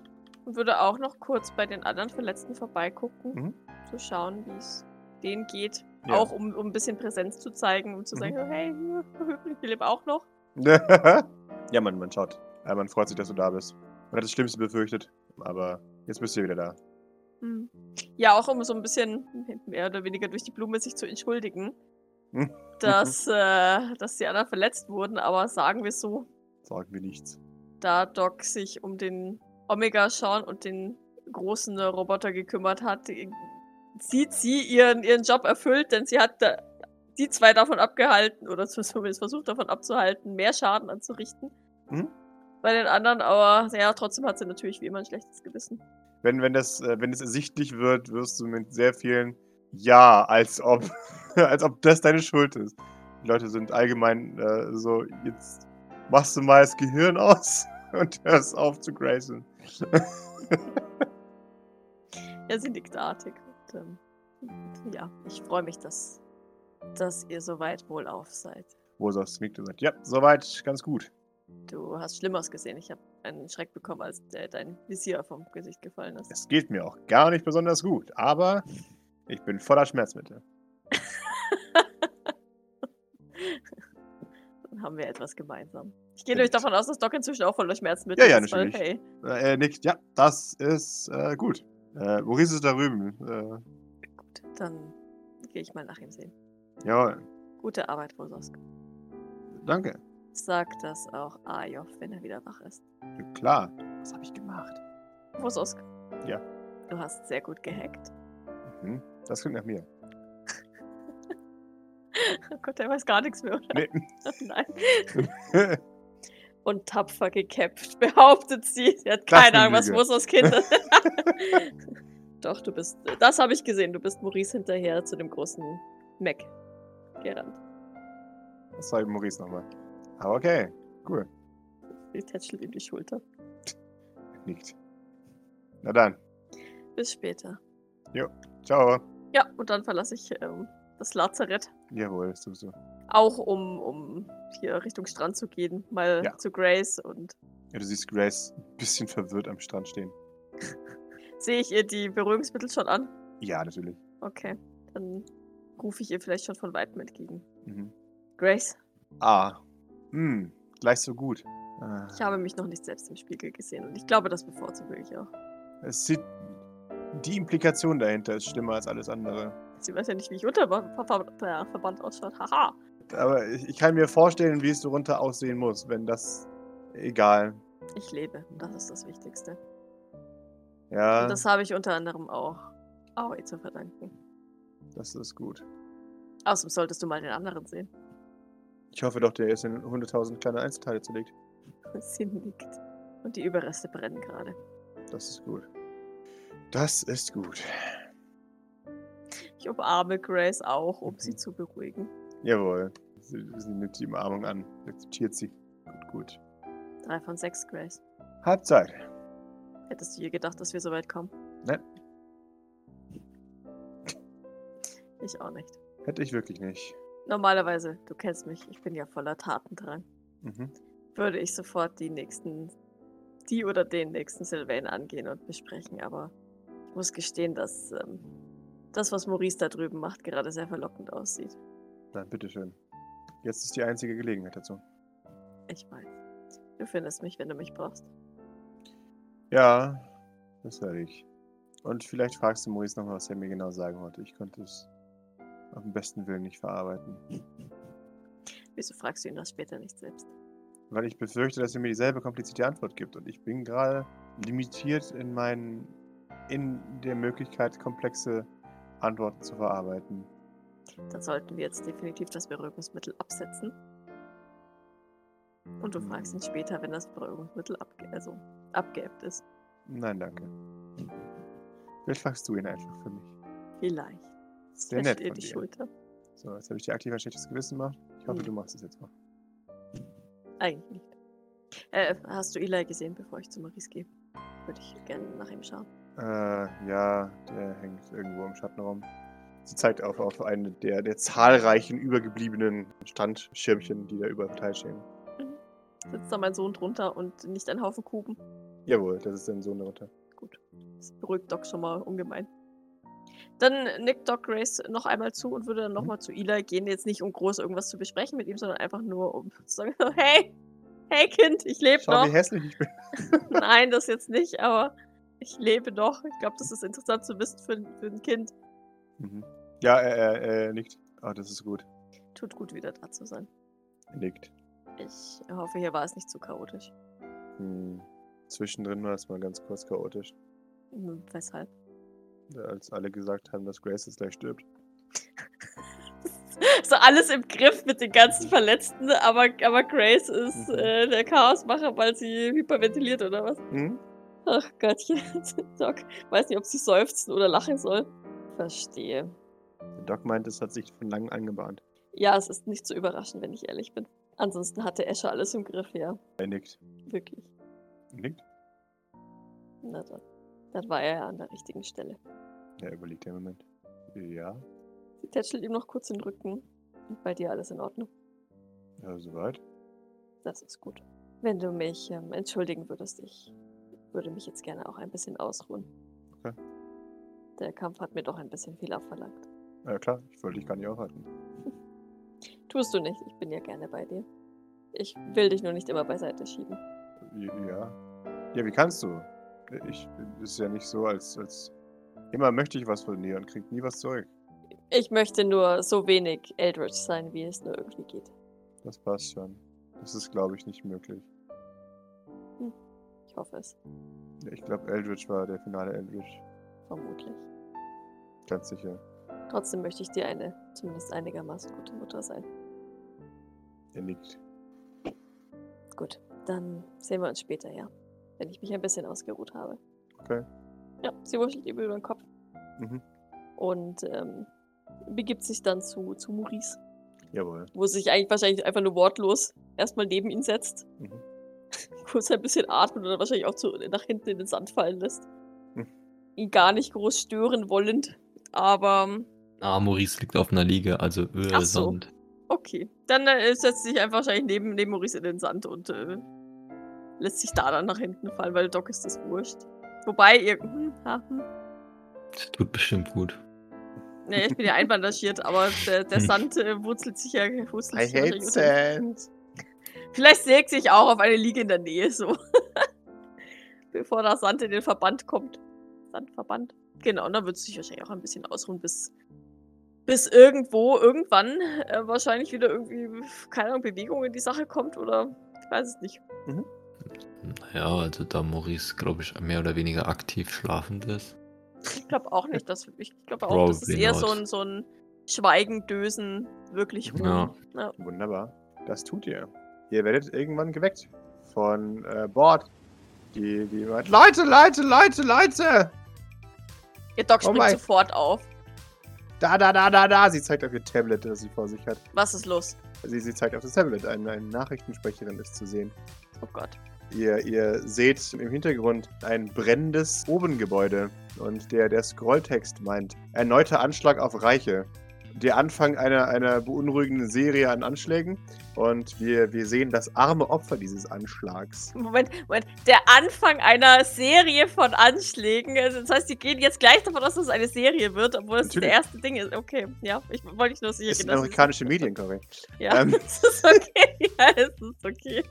Speaker 3: und würde auch noch kurz bei den anderen Verletzten vorbeigucken,
Speaker 1: Mhm. <laughs>
Speaker 3: zu schauen, wie es denen geht.
Speaker 1: Ja.
Speaker 3: Auch um, um ein bisschen Präsenz zu zeigen, um zu
Speaker 1: Mhm.
Speaker 3: sagen, so, hey, <laughs> Philipp auch noch.
Speaker 1: ja, man, man schaut. Äh, man freut sich, dass du da bist. Man hat das Schlimmste befürchtet. Aber jetzt bist du ja wieder da.
Speaker 3: Mhm. Ja, auch um so ein bisschen mehr oder weniger durch die Blume sich zu entschuldigen,
Speaker 1: Mhm. <laughs>
Speaker 3: dass, äh, dass die anderen verletzt wurden, aber sagen wir so,
Speaker 1: Sagen wir nichts.
Speaker 3: da Doc sich um den Omega-Shawn und den großen äh, Roboter gekümmert hat, äh, sieht sie ihren, ihren Job erfüllt, denn sie hat äh, die zwei davon abgehalten, oder <laughs> zumindest versucht davon abzuhalten, mehr Schaden anzurichten.
Speaker 1: Mhm.
Speaker 3: Bei den anderen, aber ja, trotzdem hat sie natürlich wie immer ein schlechtes Gewissen.
Speaker 1: Wenn, wenn, das, äh, wenn es ersichtlich wird, wirst du mit sehr vielen Ja, als ob, <laughs> als ob das deine Schuld ist. Die Leute sind allgemein äh, so, jetzt machst du mal das Gehirn aus <laughs> und hörst auf zu gracen.
Speaker 3: Ja, sie nickt artig. Und, ähm, ja, ich freue mich, dass, dass ihr so weit wohlauf seid.
Speaker 1: Rosas nickt und sagt, ja, soweit, ganz gut.
Speaker 3: Du hast Schlimmeres gesehen. Ich habe einen Schreck bekommen, als der, dein Visier vom Gesicht gefallen ist.
Speaker 1: Es geht mir auch gar nicht besonders gut, aber ich bin voller Schmerzmittel.
Speaker 3: Dann haben wir etwas gemeinsam. Ich gehe nämlich
Speaker 1: Stimmt.
Speaker 3: davon aus, dass Doc inzwischen auch voller Schmerzmittel
Speaker 1: Ja, ja,
Speaker 3: ist. weil,
Speaker 1: natürlich.
Speaker 3: Hey,
Speaker 1: Äh, er nickt, ja, das ist äh, gut. Äh, Maurice ist da drüben. Äh,
Speaker 3: gut, dann gehe ich mal nach ihm sehen.
Speaker 1: jawohl,
Speaker 3: Gute Arbeit, Rososk.
Speaker 1: danke.
Speaker 3: Sag das auch Ajov, wenn er wieder wach ist.
Speaker 1: Ja, Klar. Was habe ich gemacht?
Speaker 3: Rososk.
Speaker 1: Ja.
Speaker 3: Du hast sehr gut gehackt. <laughs>
Speaker 1: Mhm. Das klingt nach mir.
Speaker 3: Oh Gott, er weiß gar nichts mehr, oder? <laughs>
Speaker 1: Nee. <laughs>
Speaker 3: Nein. Und tapfer gekämpft, <laughs> behauptet sie. Sie hat
Speaker 1: Das
Speaker 3: keine
Speaker 1: eine
Speaker 3: Ahnung, was
Speaker 1: Lüge.
Speaker 3: Rososk hinter.
Speaker 1: <laughs>
Speaker 3: <laughs> Doch, du bist. Das habe ich gesehen. Du bist Maurice hinterher zu dem großen Mac gerannt.
Speaker 1: Das war Maurice nochmal. Aber okay, cool.
Speaker 3: Sie tätschelt ihm die Schulter.
Speaker 1: Nickt. Na dann,
Speaker 3: Bis später.
Speaker 1: ciao.
Speaker 3: Ja, und dann verlasse ich ähm, das Lazarett.
Speaker 1: Jawohl, das tust du.
Speaker 3: Auch um, um hier Richtung Strand zu gehen. Mal
Speaker 1: Ja.
Speaker 3: zu Grace und
Speaker 1: Ja, du siehst Grace ein bisschen verwirrt am Strand stehen.
Speaker 3: sehe ich ihr die Berührungsmittel schon an?
Speaker 1: Ja, natürlich.
Speaker 3: Okay. Dann rufe ich ihr vielleicht schon von weitem entgegen.
Speaker 1: Mhm.
Speaker 3: Grace,
Speaker 1: Ah. Hm, gleich so gut. Ah.
Speaker 3: ich habe mich noch nicht selbst im Spiegel gesehen und ich glaube, das bevorzuge ich auch.
Speaker 1: Es sieht. Die Implikation dahinter ist schlimmer als alles andere.
Speaker 3: Sie weiß ja nicht, wie ich unter Ver- Ver- Ver- Verband ausschaut. Haha.
Speaker 1: Aber ich, ich kann mir vorstellen, wie es darunter aussehen muss, wenn das. Egal.
Speaker 3: Ich lebe. Das ist das Wichtigste.
Speaker 1: Ja,
Speaker 3: Und das habe ich unter anderem auch Aoi zu verdanken.
Speaker 1: das ist gut.
Speaker 3: Außerdem solltest du mal den anderen sehen.
Speaker 1: Ich hoffe doch, der ist in 100.000 kleine Einzelteile zerlegt.
Speaker 3: <laughs> Sie nickt. Und die Überreste brennen gerade.
Speaker 1: Das ist gut. Das ist gut.
Speaker 3: Ich umarme Grace auch, um sie
Speaker 1: Mhm.
Speaker 3: zu beruhigen.
Speaker 1: Jawohl. Sie, sie nimmt die Umarmung an. Akzeptiert sie. Gut, gut.
Speaker 3: Drei von sechs, Grace.
Speaker 1: Halbzeit.
Speaker 3: Hättest du je gedacht, dass wir so weit kommen?
Speaker 1: Nein.
Speaker 3: Ich auch nicht.
Speaker 1: Hätte ich wirklich nicht.
Speaker 3: Normalerweise, du kennst mich, ich bin ja voller Tatendrang.
Speaker 1: Mhm.
Speaker 3: Würde ich sofort die nächsten, die oder den nächsten Sylvain angehen und besprechen, aber ich muss gestehen, dass ähm, das, was Maurice da drüben macht, gerade sehr verlockend aussieht.
Speaker 1: Dann bitteschön. Jetzt ist die einzige Gelegenheit dazu.
Speaker 3: Ich weiß. Du findest mich, wenn du mich brauchst.
Speaker 1: Ja, das höre ich. Und vielleicht fragst du Maurice nochmal, was er mir genau sagen wollte. Ich konnte es auf dem besten Willen nicht verarbeiten.
Speaker 3: Wieso fragst du ihn das später nicht selbst?
Speaker 1: Weil ich befürchte, dass er mir dieselbe komplizierte Antwort gibt. Und ich bin gerade limitiert in meinen. in der Möglichkeit, komplexe Antworten zu verarbeiten.
Speaker 3: Dann sollten wir jetzt definitiv das Beruhigungsmittel absetzen. Und du fragst ihn später, wenn das Beruhigungsmittel abge also abgeebbt ist.
Speaker 1: Nein, danke. Vielleicht fragst du ihn einfach für mich.
Speaker 3: Vielleicht.
Speaker 1: Sehr nett
Speaker 3: Tätschelt ihr
Speaker 1: von
Speaker 3: die
Speaker 1: dir.
Speaker 3: Schulter.
Speaker 1: So, jetzt habe ich dir aktiv ein schlechtes Gewissen gemacht. Ich hoffe,
Speaker 3: Hm.
Speaker 1: du machst es jetzt mal.
Speaker 3: Eigentlich nicht. Äh, hast du Eli gesehen, bevor ich zu Maurice gehe? Würde ich gerne nach ihm schauen.
Speaker 1: Äh, ja, der hängt irgendwo im Schatten rum. Sie zeigt auf, auf einen der, der zahlreichen übergebliebenen Standschirmchen, die da überall verteilt stehen.
Speaker 3: Sitzt da mein Sohn drunter und nicht ein Haufen Kuben?
Speaker 1: Jawohl, das ist dein Sohn darunter.
Speaker 3: Das beruhigt Doc schon mal ungemein. Dann nickt Doc Grace noch einmal zu und würde dann
Speaker 1: Mhm.
Speaker 3: nochmal zu Eli gehen. Jetzt nicht, um groß irgendwas zu besprechen mit ihm, sondern einfach nur, um zu sagen: <laughs> Hey, hey Kind, ich lebe
Speaker 1: Schau,
Speaker 3: noch.
Speaker 1: wie hässlich ich bin.
Speaker 3: <laughs> Nein, das jetzt nicht, aber ich lebe noch. Ich glaube, das ist interessant zu wissen für, für ein Kind.
Speaker 1: Mhm. Ja, er, er, er nickt. Ah, das ist gut.
Speaker 3: Tut gut, wieder da zu sein.
Speaker 1: Er nickt.
Speaker 3: Ich hoffe, hier war es nicht zu chaotisch.
Speaker 1: Hm. Zwischendrin war es mal ganz kurz chaotisch,
Speaker 3: Hm, Weshalb? <laughs>
Speaker 1: als alle gesagt haben, dass Grace jetzt gleich stirbt.
Speaker 3: So alles im Griff mit den ganzen Verletzten, aber, aber Grace ist
Speaker 1: Mhm.
Speaker 3: äh, der Chaosmacher, weil sie hyperventiliert oder was?
Speaker 1: Hm?
Speaker 3: Ach Gottchen, <laughs> Doc. Weiß nicht, ob sie seufzen oder lachen soll. Verstehe.
Speaker 1: Der Doc meint, es hat sich von langem angebahnt.
Speaker 3: Ja, es ist nicht zu überraschen, wenn ich ehrlich bin. Ansonsten hatte Escher alles im Griff, ja.
Speaker 1: Er nickt.
Speaker 3: Wirklich.
Speaker 1: Nickt?
Speaker 3: Na dann. Dann war er ja an der richtigen Stelle.
Speaker 1: Er überlegt einen Moment. Ja,
Speaker 3: Sie tätschelt ihm noch kurz den Rücken. Und bei dir alles in Ordnung.
Speaker 1: ja äh, soweit.
Speaker 3: Das ist gut. Wenn du mich ähm, entschuldigen würdest, ich würde mich jetzt gerne auch ein bisschen ausruhen.
Speaker 1: Okay.
Speaker 3: Der Kampf hat mir doch ein bisschen viel abverlangt.
Speaker 1: Ja klar, ich wollte dich gar nicht aufhalten.
Speaker 3: Tust du nicht, ich bin ja gerne bei dir. Ich will dich nur nicht immer beiseite schieben.
Speaker 1: Ja. Ja, wie kannst du? Ich ist ja nicht so, als, als immer möchte ich was von dir und krieg nie was zurück.
Speaker 3: Ich möchte nur so wenig Eldritch sein, wie es nur irgendwie geht.
Speaker 1: Das passt schon. Das ist, glaube ich, nicht möglich.
Speaker 3: Ich hoffe es,
Speaker 1: Ja, Ich glaube, Eldritch war der finale Eldritch.
Speaker 3: vermutlich.
Speaker 1: Ganz sicher.
Speaker 3: Trotzdem möchte ich dir eine, zumindest einigermaßen gute Mutter sein.
Speaker 1: Er nickt.
Speaker 3: Gut, dann sehen wir uns später, ja. Wenn ich mich ein bisschen ausgeruht habe.
Speaker 1: Okay.
Speaker 3: Ja, sie wuschelt ihm über den Kopf
Speaker 1: Mhm.
Speaker 3: und ähm, begibt sich dann zu, zu Maurice,
Speaker 1: Jawohl.
Speaker 3: wo sie sich eigentlich wahrscheinlich einfach nur wortlos erstmal neben ihn setzt,
Speaker 1: Mhm.
Speaker 3: kurz ein bisschen atmet oder wahrscheinlich auch zu, nach hinten in den Sand fallen lässt.
Speaker 1: Hm.
Speaker 3: Ihn gar nicht groß stören wollend, aber
Speaker 2: Ah, Maurice liegt auf einer Liege, also äh,
Speaker 3: Ach so.
Speaker 2: Sand.
Speaker 3: okay. Dann äh, setzt sie sich einfach wahrscheinlich neben, neben Maurice in den Sand und äh, lässt sich da dann nach hinten fallen, weil Doc ist das wurscht. Wobei, ihr. Hm, ha, hm.
Speaker 2: Das tut bestimmt gut.
Speaker 3: Nee, ich bin ja einbandagiert, aber der, der Sand äh, wurzelt sich ja. Wurzelt
Speaker 1: I
Speaker 3: sich ja
Speaker 1: hate
Speaker 3: wahrscheinlich unter den-
Speaker 1: Sand.
Speaker 3: Vielleicht sägt sich auch auf eine Liege in der Nähe so. <laughs> Bevor der Sand in den Verband kommt. Sandverband. Genau, und dann wird es sich wahrscheinlich auch ein bisschen ausruhen, bis, bis irgendwo, irgendwann äh, wahrscheinlich wieder irgendwie, keine Ahnung, Bewegung in die Sache kommt oder ich weiß es nicht.
Speaker 2: Naja, also da Maurice, glaube ich, mehr oder weniger aktiv schlafend
Speaker 3: <laughs>
Speaker 2: ist.
Speaker 3: Ich glaube auch nicht, dass ich glaube auch, das ist
Speaker 2: Probably
Speaker 3: eher
Speaker 2: not.
Speaker 3: so ein, so ein Schweigen, Dösen, wirklich ruhen.
Speaker 2: Ja.
Speaker 1: Wunderbar. Das tut ihr. Ihr werdet irgendwann geweckt von äh, Bord, die, die meint, Leute, Leute, Leute, Leute!
Speaker 3: Ihr Doc
Speaker 1: Oh
Speaker 3: springt
Speaker 1: mein-
Speaker 3: sofort auf.
Speaker 1: Da, da, da, da, da! Sie zeigt auf ihr Tablet, das sie vor sich hat.
Speaker 3: Was ist los?
Speaker 1: Sie, sie zeigt auf das Tablet, eine, eine Nachrichtensprecherin ist zu sehen.
Speaker 3: Oh Gott.
Speaker 1: Ihr, ihr seht im Hintergrund ein brennendes Obengebäude und der, der Scrolltext meint, erneuter Anschlag auf Reiche. Der Anfang einer, einer beunruhigenden Serie an Anschlägen und wir, wir sehen das arme Opfer dieses Anschlags.
Speaker 3: Moment, Moment. Der Anfang einer Serie von Anschlägen. Also das heißt, die gehen jetzt gleich davon aus, dass es eine Serie wird, obwohl es das
Speaker 1: Natürlich.
Speaker 3: erste Ding ist. Okay, ja. genau. Ich wollte nicht nur sicher
Speaker 1: Das
Speaker 3: gehen.
Speaker 1: sind
Speaker 3: dass es-
Speaker 1: amerikanische Medien, Cory.
Speaker 3: Ja,
Speaker 1: ähm.
Speaker 3: <laughs> es ist okay. Ja, es ist okay.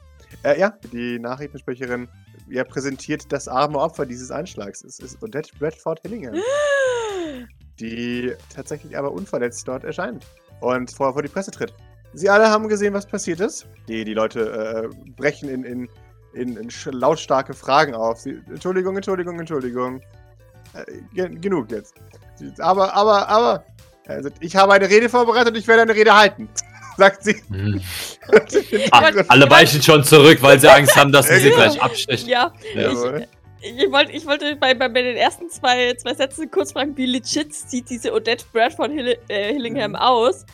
Speaker 1: Äh, ja, die Nachrichtensprecherin ja, präsentiert das arme Opfer dieses Anschlags. Es ist Odette Bradford Hillingham. die tatsächlich aber unverletzt dort erscheint und vor, vor die Presse tritt. Sie alle haben gesehen, was passiert ist. Die, die Leute äh, brechen in, in, in, in sch- lautstarke Fragen auf. Sie, Entschuldigung, Entschuldigung, Entschuldigung. Äh, ge genug jetzt. Sie, aber, aber, aber. Also, ich habe eine Rede vorbereitet und ich werde eine Rede halten, <laughs> sagt sie. <laughs>
Speaker 3: Ah,
Speaker 4: Alle weichen schon zurück, weil sie Angst haben,
Speaker 3: <laughs>
Speaker 4: dass sie sie
Speaker 1: Ja.
Speaker 4: gleich abstechen.
Speaker 3: Ja,
Speaker 1: Jawohl.
Speaker 3: Ich wollte, ich wollte bei, bei, bei den ersten zwei, zwei Sätzen kurz fragen, wie legit sieht diese Odette Bradford Hill, äh, Hillingham
Speaker 1: Mhm.
Speaker 3: aus.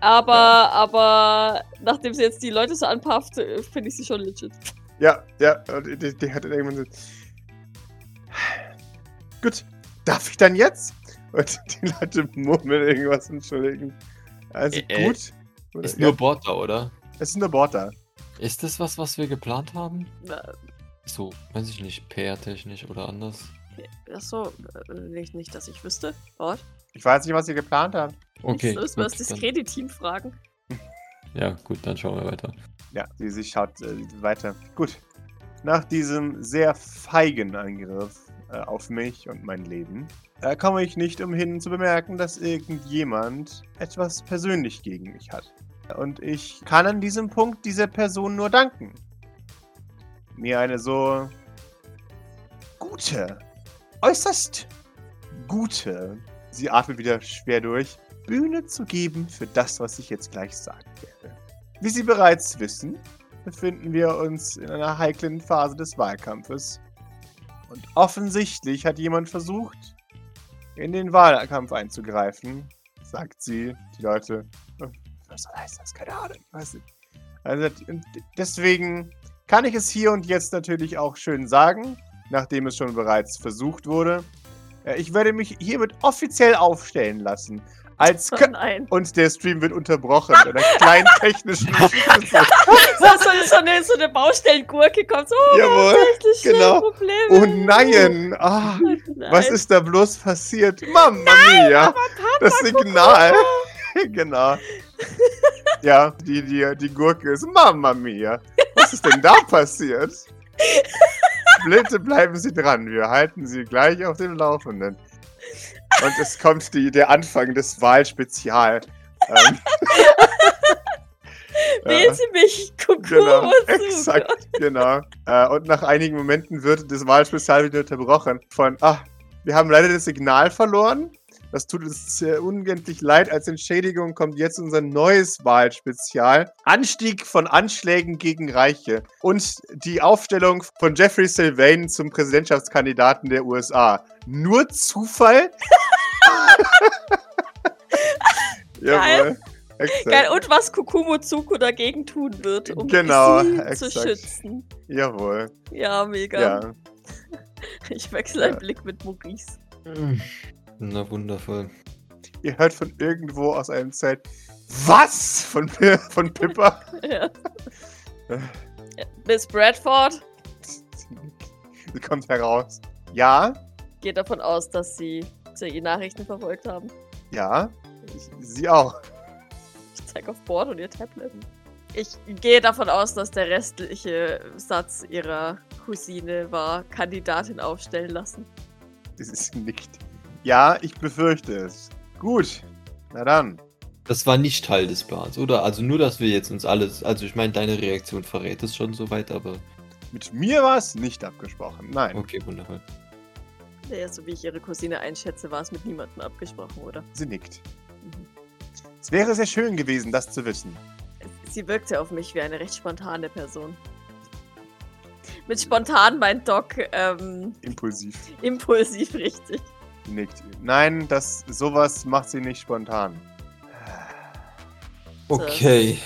Speaker 3: Aber, aber nachdem sie jetzt die Leute so anpafft, äh, finde ich sie schon legit.
Speaker 1: Ja, ja, und die, die hat dann irgendwann so. Gut, darf ich dann jetzt? Und <laughs> die Leute murmeln irgendwas, entschuldigen. Also
Speaker 4: Ä- äh,
Speaker 1: gut. Oder-
Speaker 4: Ist
Speaker 1: ja,
Speaker 4: nur Bord da, oder?
Speaker 1: es ist nur Bord da.
Speaker 4: Ist das was, was wir geplant haben?
Speaker 3: Na,
Speaker 4: So, weiß ich nicht, PR-technisch oder anders.
Speaker 3: Achso, äh, nicht, nicht, dass ich wüsste. What?
Speaker 1: Ich weiß nicht, was ihr geplant habt.
Speaker 4: Okay.
Speaker 3: Jetzt müssen wir das
Speaker 4: gut, dann-
Speaker 3: diskrete Team fragen.
Speaker 4: Ja, gut, dann schauen wir weiter.
Speaker 1: Ja, sie, sie schaut äh, weiter. Gut. Nach diesem sehr feigen Angriff äh, auf mich und mein Leben äh, komme ich nicht umhin zu bemerken, dass irgendjemand etwas persönlich gegen mich hat. Und ich kann an diesem Punkt dieser Person nur danken. Mir eine so gute, äußerst gute, sie atmet wieder schwer durch, Bühne zu geben für das, was ich jetzt gleich sagen werde. Wie Sie bereits wissen, befinden wir uns in einer heiklen Phase des Wahlkampfes. Und offensichtlich hat jemand versucht, in den Wahlkampf einzugreifen, sagt sie. Die Leute, "Äh, was heißt das? Keine Ahnung, ich weiß nicht. Also, und deswegen kann ich es hier und jetzt natürlich auch schön sagen, nachdem es schon bereits versucht wurde. Äh, Ich werde mich hiermit offiziell aufstellen lassen. Als
Speaker 3: Oh
Speaker 1: Kö-
Speaker 3: nein. <laughs>
Speaker 1: und der Stream wird unterbrochen mit einer kleinen technischen Schüsse.
Speaker 3: So, so, so, eine, so eine Baustellengurke kommt so. <laughs> Oh,
Speaker 1: Jawohl,
Speaker 3: Richtig
Speaker 1: Äh, genau.
Speaker 3: Probleme.
Speaker 1: Oh nein! Ah,
Speaker 3: Oh nein.
Speaker 1: was ist da bloß passiert? Mama mia! das Signal! <laughs> genau. Ja, die, die, die Gurke ist Mama mia! Was ist denn da passiert? Bitte bleiben Sie dran, wir halten Sie gleich auf dem Laufenden. Und es kommt die, der Anfang des Wahlspezial.
Speaker 3: <laughs>
Speaker 1: Ähm,
Speaker 3: Wählen Sie mich, Kuckuck.
Speaker 1: Genau,
Speaker 3: und so.
Speaker 1: exakt, genau. Äh, und nach einigen Momenten wird das Wahlspezial wieder unterbrochen von, ah, wir haben leider das Signal verloren. Das tut uns äh, unendlich leid. Als Entschädigung kommt jetzt unser neues Wahlspezial. Anstieg von Anschlägen gegen Reiche und die Aufstellung von Jeffrey Sylvain zum Präsidentschaftskandidaten der USA. Nur
Speaker 3: <laughs>
Speaker 1: Zufall?
Speaker 3: Geil.
Speaker 1: Exakt.
Speaker 3: Geil, und was Kukumo Zuko dagegen tun wird, um
Speaker 1: Genau,
Speaker 3: sie
Speaker 1: exakt.
Speaker 3: zu schützen.
Speaker 1: Jawohl.
Speaker 3: Ja, mega.
Speaker 1: Ja.
Speaker 3: Ich wechsle
Speaker 1: Ja.
Speaker 3: einen Blick mit Maurice. <laughs>
Speaker 2: Hm, Na wundervoll.
Speaker 1: Ihr hört von irgendwo aus einem Zelt Was? Von, Pi- von Pippa?
Speaker 3: Ja.
Speaker 1: Äh.
Speaker 3: Miss Bradford
Speaker 1: Sie kommt heraus. Ja,
Speaker 3: geht davon aus, dass sie die Nachrichten verfolgt haben.
Speaker 1: ja, ich, sie auch.
Speaker 3: Ich zeig auf Bord und ihr Tablet. Ich gehe davon aus, dass der restliche Satz ihrer Cousine war, Kandidatin aufstellen lassen.
Speaker 1: Das ist nicht. Ja, ich befürchte es. Gut, na dann.
Speaker 2: Das war nicht Teil des Plans, oder? Also nur, dass wir jetzt uns alles. Also ich meine, deine Reaktion verrät es schon soweit, aber
Speaker 1: Mit mir war es nicht abgesprochen. Nein.
Speaker 2: okay, wundervoll.
Speaker 3: Naja, so wie ich ihre Cousine einschätze, war es mit niemandem abgesprochen, oder?
Speaker 1: Sie nickt.
Speaker 3: Mhm.
Speaker 1: Es wäre sehr schön gewesen, das zu wissen.
Speaker 3: Es- Sie wirkte auf mich wie eine recht spontane Person. Mit spontan meint Doc ähm,
Speaker 1: Impulsiv
Speaker 3: impulsiv, <laughs> richtig.
Speaker 1: nickt ihr. Nein, das, sowas macht sie nicht spontan.
Speaker 2: Okay.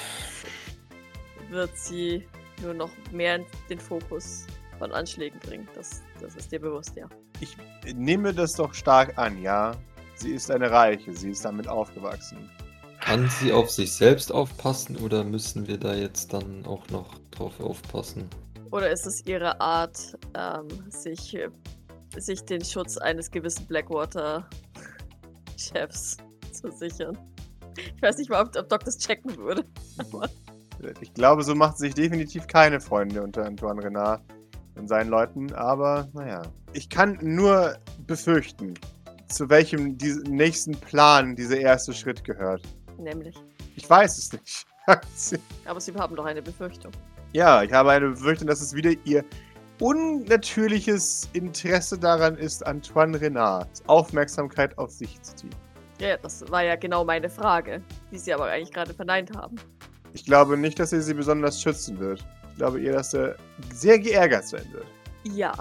Speaker 3: Wird sie nur noch mehr in den Fokus von Anschlägen bringen. Das, das ist dir bewusst, ja.
Speaker 1: Ich nehme das doch stark an, ja? Sie ist eine Reiche, sie ist damit aufgewachsen.
Speaker 2: Kann sie auf sich selbst aufpassen oder müssen wir da jetzt dann auch noch drauf aufpassen?
Speaker 3: Oder ist es ihre Art, ähm, sich, äh, sich den Schutz eines gewissen Blackwater-Chefs <laughs> zu sichern? Ich weiß nicht mal, ob, ob Doc das checken würde.
Speaker 1: Ich glaube, so macht sich definitiv keine Freunde unter Antoine Renard und seinen Leuten, aber naja. Ich kann nur befürchten, zu welchem dies- nächsten Plan dieser erste Schritt gehört.
Speaker 3: Nämlich.
Speaker 1: Ich weiß es nicht. <laughs>
Speaker 3: Aber sie haben doch eine Befürchtung.
Speaker 1: ja, ich habe eine Befürchtung, dass es wieder ihr unnatürliches Interesse daran ist, Antoine Renards Aufmerksamkeit auf sich zu ziehen.
Speaker 3: Ja, ja, das war ja genau meine Frage, die sie aber eigentlich gerade verneint haben.
Speaker 1: Ich glaube nicht, dass er sie besonders schützen wird. Ich glaube eher, dass er sehr geärgert sein wird.
Speaker 3: Ja,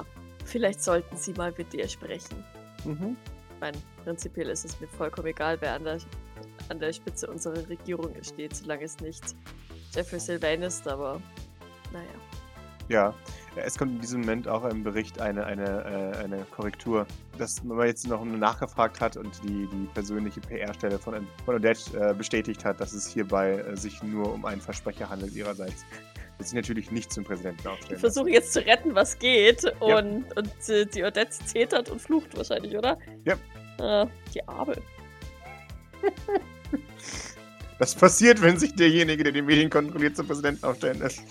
Speaker 3: vielleicht sollten sie mal mit ihr sprechen.
Speaker 1: Mhm.
Speaker 3: Ich meine, prinzipiell ist es mir vollkommen egal, wer an der, an der Spitze unserer Regierung steht, solange es nicht Jeffrey Sylvain ist, aber naja.
Speaker 1: Ja, es kommt in diesem Moment auch im Bericht eine, eine, äh, eine Korrektur, dass man jetzt noch nachgefragt hat und die, die persönliche PR-Stelle von, von Odette äh, bestätigt hat, dass es hierbei äh, sich nur um einen Versprecher handelt ihrerseits. Das ist natürlich nicht zum Präsidenten
Speaker 3: Ich
Speaker 1: aufstellen.
Speaker 3: versuche jetzt zu retten, was geht und, und äh, die Odette zetert und flucht wahrscheinlich, oder?
Speaker 1: Ja.
Speaker 3: Äh, die Arme.
Speaker 1: lassen. Das passiert, wenn sich derjenige, der die Medien kontrolliert, zum Präsidenten aufstellen lässt.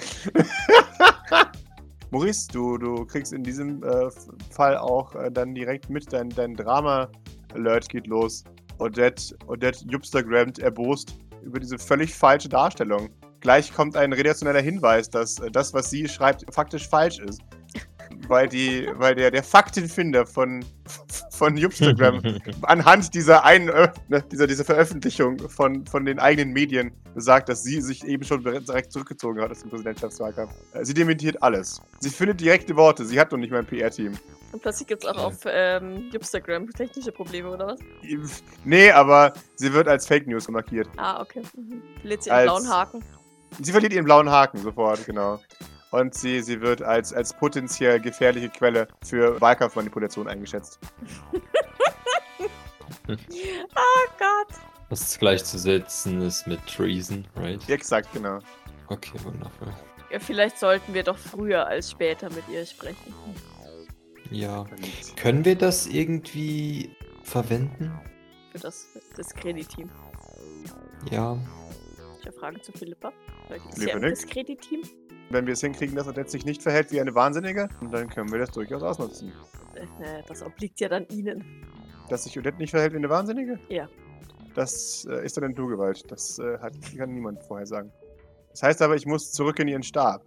Speaker 1: <laughs> Maurice, du, du kriegst in diesem äh, Fall auch äh, dann direkt mit, dein, dein Drama-Alert geht los. Odette, Odette Jupstergramt erbost über diese völlig falsche Darstellung. Gleich kommt ein redaktioneller Hinweis, dass äh, das, was sie schreibt, faktisch falsch ist. Weil, <laughs> die, weil der, der Faktenfinder von, von <laughs> Jupstergram
Speaker 2: <laughs>
Speaker 1: anhand dieser einen Ö- ne, dieser, dieser Veröffentlichung von, von den eigenen Medien besagt, dass sie sich eben schon bere- direkt zurückgezogen hat aus dem Präsidentschaftswahlkampf. Äh, Sie dementiert alles. Sie findet direkte Worte. Sie hat noch nicht mal ein PR-Team.
Speaker 3: Und plötzlich gibt es auch
Speaker 4: Okay.
Speaker 3: auf ähm, Instagram technische Probleme, oder was?
Speaker 1: Nee, aber sie wird als Fake News markiert.
Speaker 3: Ah, okay. Mhm. Lädt sie
Speaker 1: Als-
Speaker 3: den blauen Haken.
Speaker 1: Sie verliert ihren blauen Haken sofort, genau. Und sie, sie wird als, als potenziell gefährliche Quelle für Wahlkampfmanipulation eingeschätzt.
Speaker 3: Oh Gott.
Speaker 4: Was gleichzusetzen ist mit Treason, right?
Speaker 1: Exakt, genau.
Speaker 4: Okay, wundervoll.
Speaker 3: Ja, vielleicht sollten wir doch früher als später mit ihr sprechen.
Speaker 4: Ja.
Speaker 1: Und
Speaker 2: Können wir das irgendwie verwenden?
Speaker 3: Für das, das Krediteam.
Speaker 2: Ja.
Speaker 3: Ich habe Fragen zu Philippa. Vielleicht ist
Speaker 1: Philippa
Speaker 3: sie ein
Speaker 1: nickt.
Speaker 3: das Krediteam.
Speaker 1: wenn wir es hinkriegen, dass er letztlich nicht verhält wie eine Wahnsinnige, dann können wir das durchaus ausnutzen.
Speaker 3: Äh, das obliegt ja dann ihnen.
Speaker 1: Dass sich Odette nicht verhält wie eine Wahnsinnige?
Speaker 3: Ja.
Speaker 1: Das äh, ist dann in Gewalt. Das äh, hat, kann niemand vorher sagen. Das heißt aber, ich muss zurück in ihren Stab,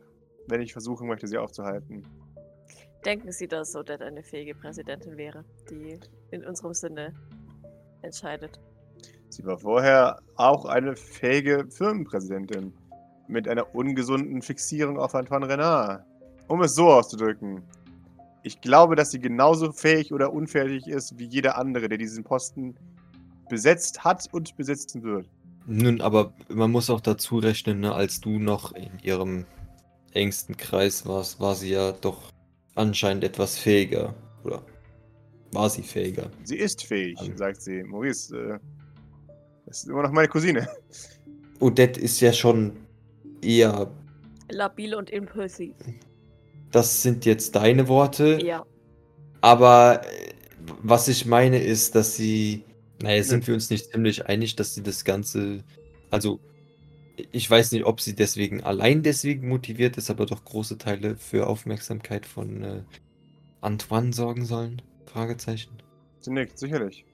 Speaker 1: wenn ich versuchen möchte, sie aufzuhalten.
Speaker 3: Denken Sie, dass Odette eine fähige Präsidentin wäre, die in unserem Sinne entscheidet.
Speaker 1: Sie war vorher auch eine fähige Firmenpräsidentin. Mit einer ungesunden Fixierung auf Antoine Renard. Um es so auszudrücken. Ich glaube, dass sie genauso fähig oder unfähig ist wie jeder andere, der diesen Posten besetzt hat und besetzen wird.
Speaker 2: Nun, aber man muss auch dazu rechnen, ne, als du noch in ihrem engsten Kreis warst, war sie ja doch anscheinend etwas fähiger. Oder war sie fähiger?
Speaker 1: Sie ist fähig,
Speaker 2: Also-
Speaker 1: sagt sie. Maurice, äh, das ist immer noch meine Cousine. <laughs>
Speaker 2: Odette ist ja schon eher.
Speaker 3: Labil und impulsiv.
Speaker 2: Das sind jetzt deine Worte.
Speaker 3: Ja.
Speaker 2: Aber äh, was ich meine ist, dass sie. Naja, sind wir uns nicht ziemlich einig, dass sie das Ganze. Also, ich weiß nicht, ob sie deswegen allein deswegen motiviert ist, aber doch große Teile für Aufmerksamkeit von äh, Antoine sorgen sollen? Fragezeichen.
Speaker 1: Sie nickt, sicherlich.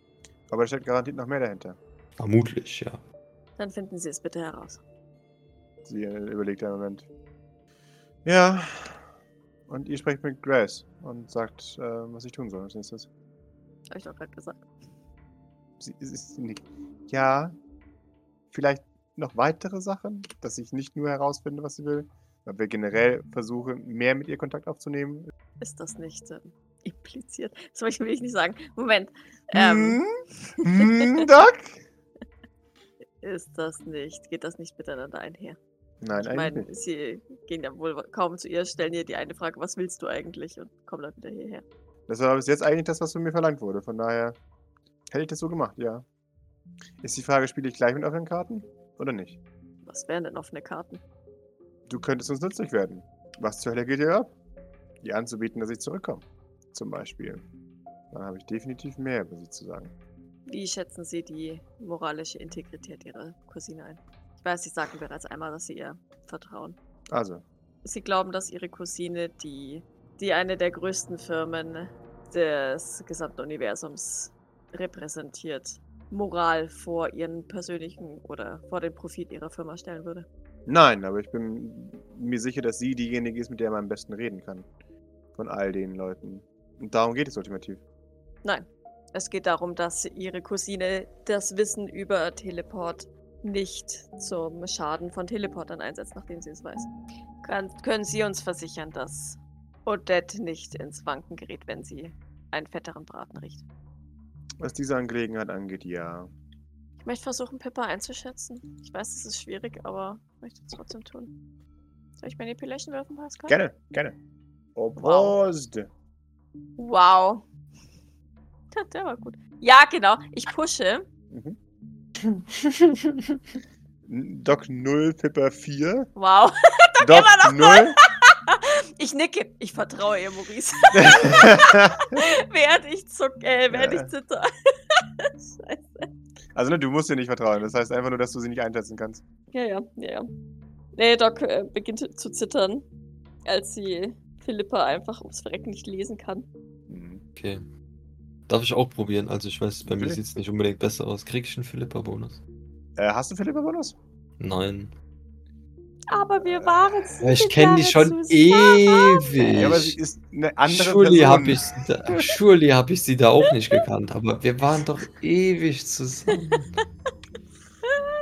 Speaker 1: Aber da steckt garantiert noch mehr dahinter.
Speaker 2: Vermutlich, ja.
Speaker 3: Dann finden Sie es bitte heraus.
Speaker 1: Sie äh, überlegt einen Moment. Ja. Und ihr sprecht mit Grace und sagt, äh, was ich tun soll als nächstes.
Speaker 3: Habe ich doch gerade gesagt.
Speaker 1: Sie, sie, sie nickt. Ja. Vielleicht noch weitere Sachen, dass ich nicht nur herausfinde, was sie will. Weil wir generell versuchen, mehr mit ihr Kontakt aufzunehmen.
Speaker 3: Ist das nicht ähm, impliziert? <laughs> So ich will ich nicht sagen. Moment.
Speaker 1: Mhm.
Speaker 3: Ähm,
Speaker 1: Hm? Hm, Doc?
Speaker 3: Ist das nicht? Geht das nicht miteinander einher?
Speaker 1: Nein,
Speaker 3: Ich
Speaker 1: eigentlich
Speaker 3: meine,
Speaker 1: nicht.
Speaker 3: sie gehen ja wohl kaum zu ihr, stellen ihr die eine Frage, was willst du eigentlich? Und kommen dann wieder hierher.
Speaker 1: Das war bis jetzt eigentlich das, was von mir verlangt wurde. Von daher hätte ich das so gemacht, ja. Ist die Frage, spiele ich gleich mit offenen Karten oder nicht?
Speaker 3: Was wären denn offene Karten?
Speaker 1: Du könntest uns nützlich werden. Was zur Hölle geht dir ab? Ihr anzubieten, dass ich zurückkomme. Zum Beispiel. Dann habe ich definitiv mehr über sie zu sagen.
Speaker 3: Wie schätzen Sie die moralische Integrität Ihrer Cousine ein? Ich weiß, Sie sagten bereits einmal, dass Sie ihr vertrauen.
Speaker 1: Also,
Speaker 3: Sie glauben, dass Ihre Cousine, die, die eine der größten Firmen des gesamten Universums repräsentiert, Moral vor ihren persönlichen oder vor den Profit ihrer Firma stellen würde.
Speaker 1: nein, aber ich bin mir sicher, dass sie diejenige ist, mit der man am besten reden kann. Von all den Leuten. Und darum geht es ultimativ.
Speaker 3: Nein, es geht darum, dass ihre Cousine das Wissen über Teleport nicht zum Schaden von Teleportern einsetzt, nachdem sie es weiß. Kann, können Sie uns versichern, dass Odette nicht ins Wanken gerät, wenn sie einen fetteren Braten riecht?
Speaker 1: Was diese Angelegenheit angeht, ja.
Speaker 3: Ich möchte versuchen, Pippa einzuschätzen. Ich weiß, es ist schwierig, aber ich möchte es trotzdem tun. Soll ich Manipulation werfen, Pascal?
Speaker 1: Gerne, gerne.
Speaker 3: Opposed.
Speaker 1: Opposed.
Speaker 3: Wow. <laughs> Der war gut. Ja, genau. Ich pushe.
Speaker 1: Mhm. Doc 0, Pippa 4.
Speaker 3: Wow. <laughs>
Speaker 1: Doc
Speaker 3: immer noch
Speaker 1: <laughs> 0.
Speaker 3: Ich nicke. Ich vertraue ihr, Maurice. <laughs> während ich zuck, äh, während
Speaker 1: Ja.
Speaker 3: ich zitter. <laughs> Scheiße.
Speaker 1: also, ne, du musst ihr nicht vertrauen. Das heißt einfach nur, dass du sie nicht einschätzen kannst.
Speaker 3: Ja, ja, ja, ja. Nee, Doc äh, beginnt zu zittern, als sie Philippa einfach ums Verrecken nicht lesen kann.
Speaker 1: Mhm.
Speaker 2: Okay. Darf ich auch probieren? Also ich weiß, bei mir
Speaker 1: Natürlich.
Speaker 2: sieht es nicht unbedingt besser aus. Krieg ich einen Philippa-Bonus?
Speaker 1: Äh, hast du Philippa Bonus?
Speaker 2: Nein.
Speaker 3: Aber wir waren
Speaker 2: Ja, ich
Speaker 3: sieben
Speaker 2: kenne die
Speaker 3: Jahre
Speaker 2: schon eh.
Speaker 3: zusammen.
Speaker 2: ewig.
Speaker 1: Ja, aber sie ist eine andere
Speaker 2: Surely
Speaker 1: Person.
Speaker 2: habe ich, sie da- surely hab ich sie da auch nicht gekannt, aber wir waren doch ewig zusammen.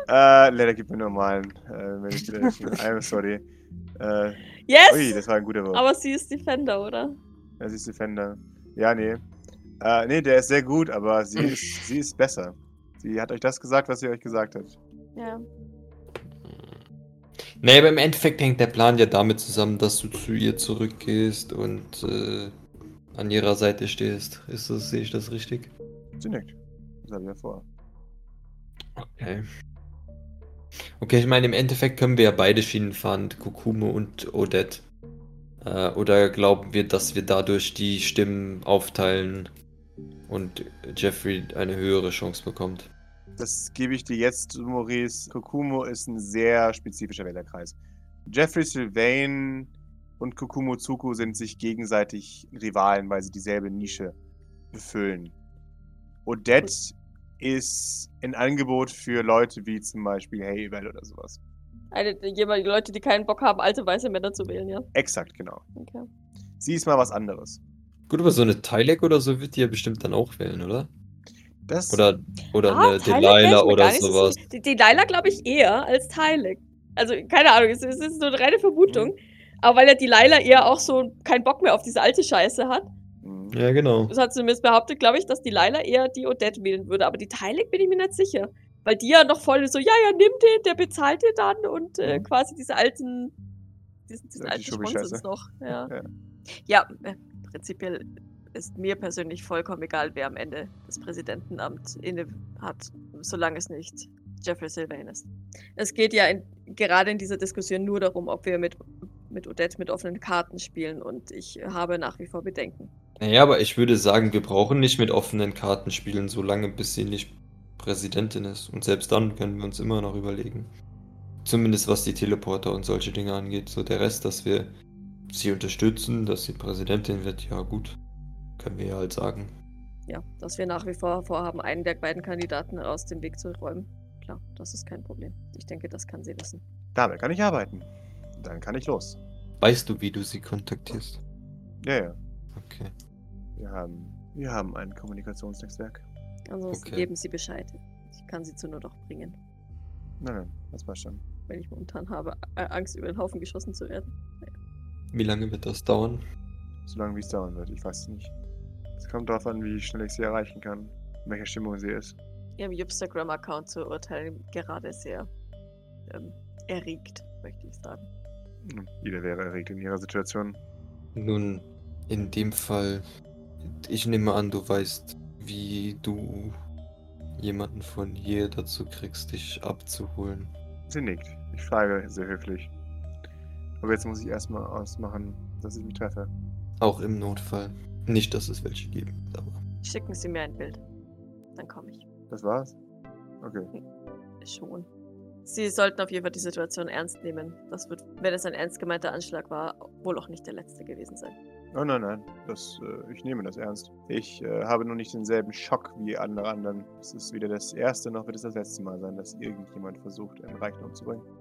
Speaker 1: Äh, leider gibt mir nur mal einen. Äh, wenn ich wieder- I'm sorry. Äh,
Speaker 3: Yes!
Speaker 1: ui, das war ein guter Wurf.
Speaker 3: Aber sie ist Defender, oder?
Speaker 1: Das ist Defender. Ja, nee. Äh, nee, der ist sehr gut, aber <laughs> sie ist, sie ist besser. Sie hat euch das gesagt, was sie euch gesagt hat.
Speaker 3: Ja.
Speaker 2: Nee, aber im Endeffekt hängt der Plan ja damit zusammen, dass du zu ihr zurückgehst und äh, an ihrer Seite stehst. Ist das, sehe ich das richtig?
Speaker 1: Sie nickt. Das habe ich ja vor.
Speaker 2: Okay. Okay, ich meine, im Endeffekt können wir ja beide Schienen fahren, Kukume und Odette. Äh, oder glauben wir, dass wir dadurch die Stimmen aufteilen und Jeffrey eine höhere Chance bekommt?
Speaker 1: Das gebe ich dir jetzt, Maurice. Kokumo ist ein sehr spezifischer Wählerkreis. Jeffrey Sylvain und Kokumo Tsuku sind sich gegenseitig Rivalen, weil sie dieselbe Nische befüllen. Odette ist ein Angebot für Leute wie zum Beispiel Haywell oder sowas.
Speaker 3: Eine, jemand, Leute, die keinen Bock haben, alte weiße Männer zu wählen, ja.
Speaker 1: Exakt, genau.
Speaker 3: Okay.
Speaker 1: Sie ist mal was anderes.
Speaker 2: Gut, aber so eine Tylek oder so wird die ja bestimmt dann auch wählen, oder?
Speaker 1: Das
Speaker 2: Oder, oder eine
Speaker 3: Tylek wär ich
Speaker 2: Delilah
Speaker 3: mir
Speaker 2: oder
Speaker 3: gar nicht so
Speaker 2: sowas.
Speaker 3: sicher. Die Delilah glaube ich eher als Tylek. Also, keine Ahnung, es, es ist so eine reine
Speaker 2: Mhm.
Speaker 3: Vermutung. Aber weil ja Delilah eher auch so keinen Bock mehr auf diese alte Scheiße hat,
Speaker 1: Mhm.
Speaker 2: Ja, genau.
Speaker 3: das hat sie zumindest behauptet, glaube ich, dass Delilah eher die Odette wählen würde. Aber die Tylek bin ich mir nicht sicher. Weil die ja noch voll so, ja, ja, nimm den, der bezahlt dir dann und äh,
Speaker 1: Mhm.
Speaker 3: quasi diese alten, diesen, diesen
Speaker 1: Alte
Speaker 3: alten
Speaker 1: Schubbi-Scheiße.
Speaker 3: Schmonzens noch. Ja,
Speaker 1: Ja.
Speaker 3: ja. äh, prinzipiell ist mir persönlich vollkommen egal, wer am Ende das Präsidentenamt inne hat, solange es nicht Jeffrey Sylvain ist. Es geht ja in, gerade in dieser Diskussion nur darum, ob wir mit, mit Odette mit offenen Karten spielen und ich habe nach wie vor Bedenken.
Speaker 2: Naja, aber ich würde sagen, wir brauchen nicht mit offenen Karten spielen, solange bis sie nicht Präsidentin ist. Und selbst dann können wir uns immer noch überlegen. Zumindest was die Teleporter und solche Dinge angeht. So der Rest, dass wir sie unterstützen, dass sie Präsidentin wird, ja gut. Können wir ja halt sagen.
Speaker 3: ja, dass wir nach wie vor vorhaben, einen der beiden Kandidaten aus dem Weg zu räumen. Klar, das ist kein Problem. Ich denke, das kann sie wissen.
Speaker 1: Damit kann ich arbeiten. Dann kann ich los.
Speaker 2: Weißt du, wie du sie kontaktierst?
Speaker 1: Ja, ja.
Speaker 2: Okay.
Speaker 1: Wir haben, wir haben ein Kommunikationsnetzwerk.
Speaker 3: Ansonsten
Speaker 2: Okay.
Speaker 3: geben sie Bescheid. Ich kann sie zu nur noch bringen.
Speaker 1: Nein, nein, das war schon.
Speaker 3: weil ich momentan habe äh, Angst, über den Haufen geschossen zu werden.
Speaker 2: Wie lange wird das dauern?
Speaker 1: So lange wie es dauern wird, ich weiß es nicht. Es kommt darauf an, wie schnell ich sie erreichen kann, in welcher Stimmung sie ist.
Speaker 3: Ihrem Instagram-Account zu urteilen, gerade sehr ähm, erregt, möchte ich sagen.
Speaker 1: Nun, Jeder wäre erregt in ihrer Situation.
Speaker 2: Nun, in dem Fall, ich nehme an, du weißt, wie du jemanden von hier dazu kriegst, dich abzuholen.
Speaker 1: Sie nickt. Ich frage sehr höflich. Aber jetzt muss ich erstmal ausmachen, dass ich mich treffe.
Speaker 2: Auch im Notfall. Nicht, dass es welche geben, wird, aber
Speaker 3: Schicken Sie mir ein Bild. Dann komme ich.
Speaker 1: Das war's? Okay.
Speaker 3: Schon. Sie sollten auf jeden Fall die Situation ernst nehmen. Das wird, wenn es ein ernst gemeinter Anschlag war, wohl auch nicht der letzte gewesen sein.
Speaker 1: Oh nein, nein. Das, äh, ich nehme das ernst. Ich äh, habe nur nicht denselben Schock wie andere anderen. Es ist weder das erste noch wird es das letzte Mal sein, dass irgendjemand versucht, einen Reichtum umzubringen.
Speaker 3: <laughs>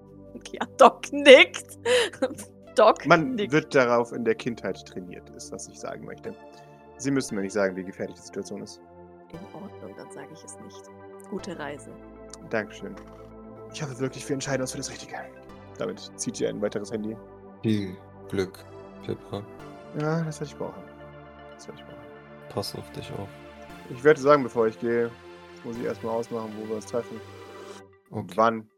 Speaker 3: Ja, Doc nickt. <laughs> Doc
Speaker 1: Man
Speaker 3: nickt.
Speaker 1: wird darauf in der Kindheit trainiert, ist, was ich sagen möchte. Sie müssen mir nicht sagen, wie gefährlich die Situation ist.
Speaker 3: In Ordnung, dann sage ich es nicht. Gute Reise.
Speaker 1: Dankeschön. Ich hoffe wirklich, wir entscheiden uns für das Richtige. Damit zieht ihr ein weiteres Handy.
Speaker 2: viel Glück, Pippa.
Speaker 1: Ja, das werde ich brauchen. Das werde ich brauchen.
Speaker 2: Pass auf dich auf.
Speaker 1: Ich werde sagen, bevor ich gehe, muss ich erstmal ausmachen, wo wir uns treffen. Und
Speaker 2: Okay.
Speaker 1: wann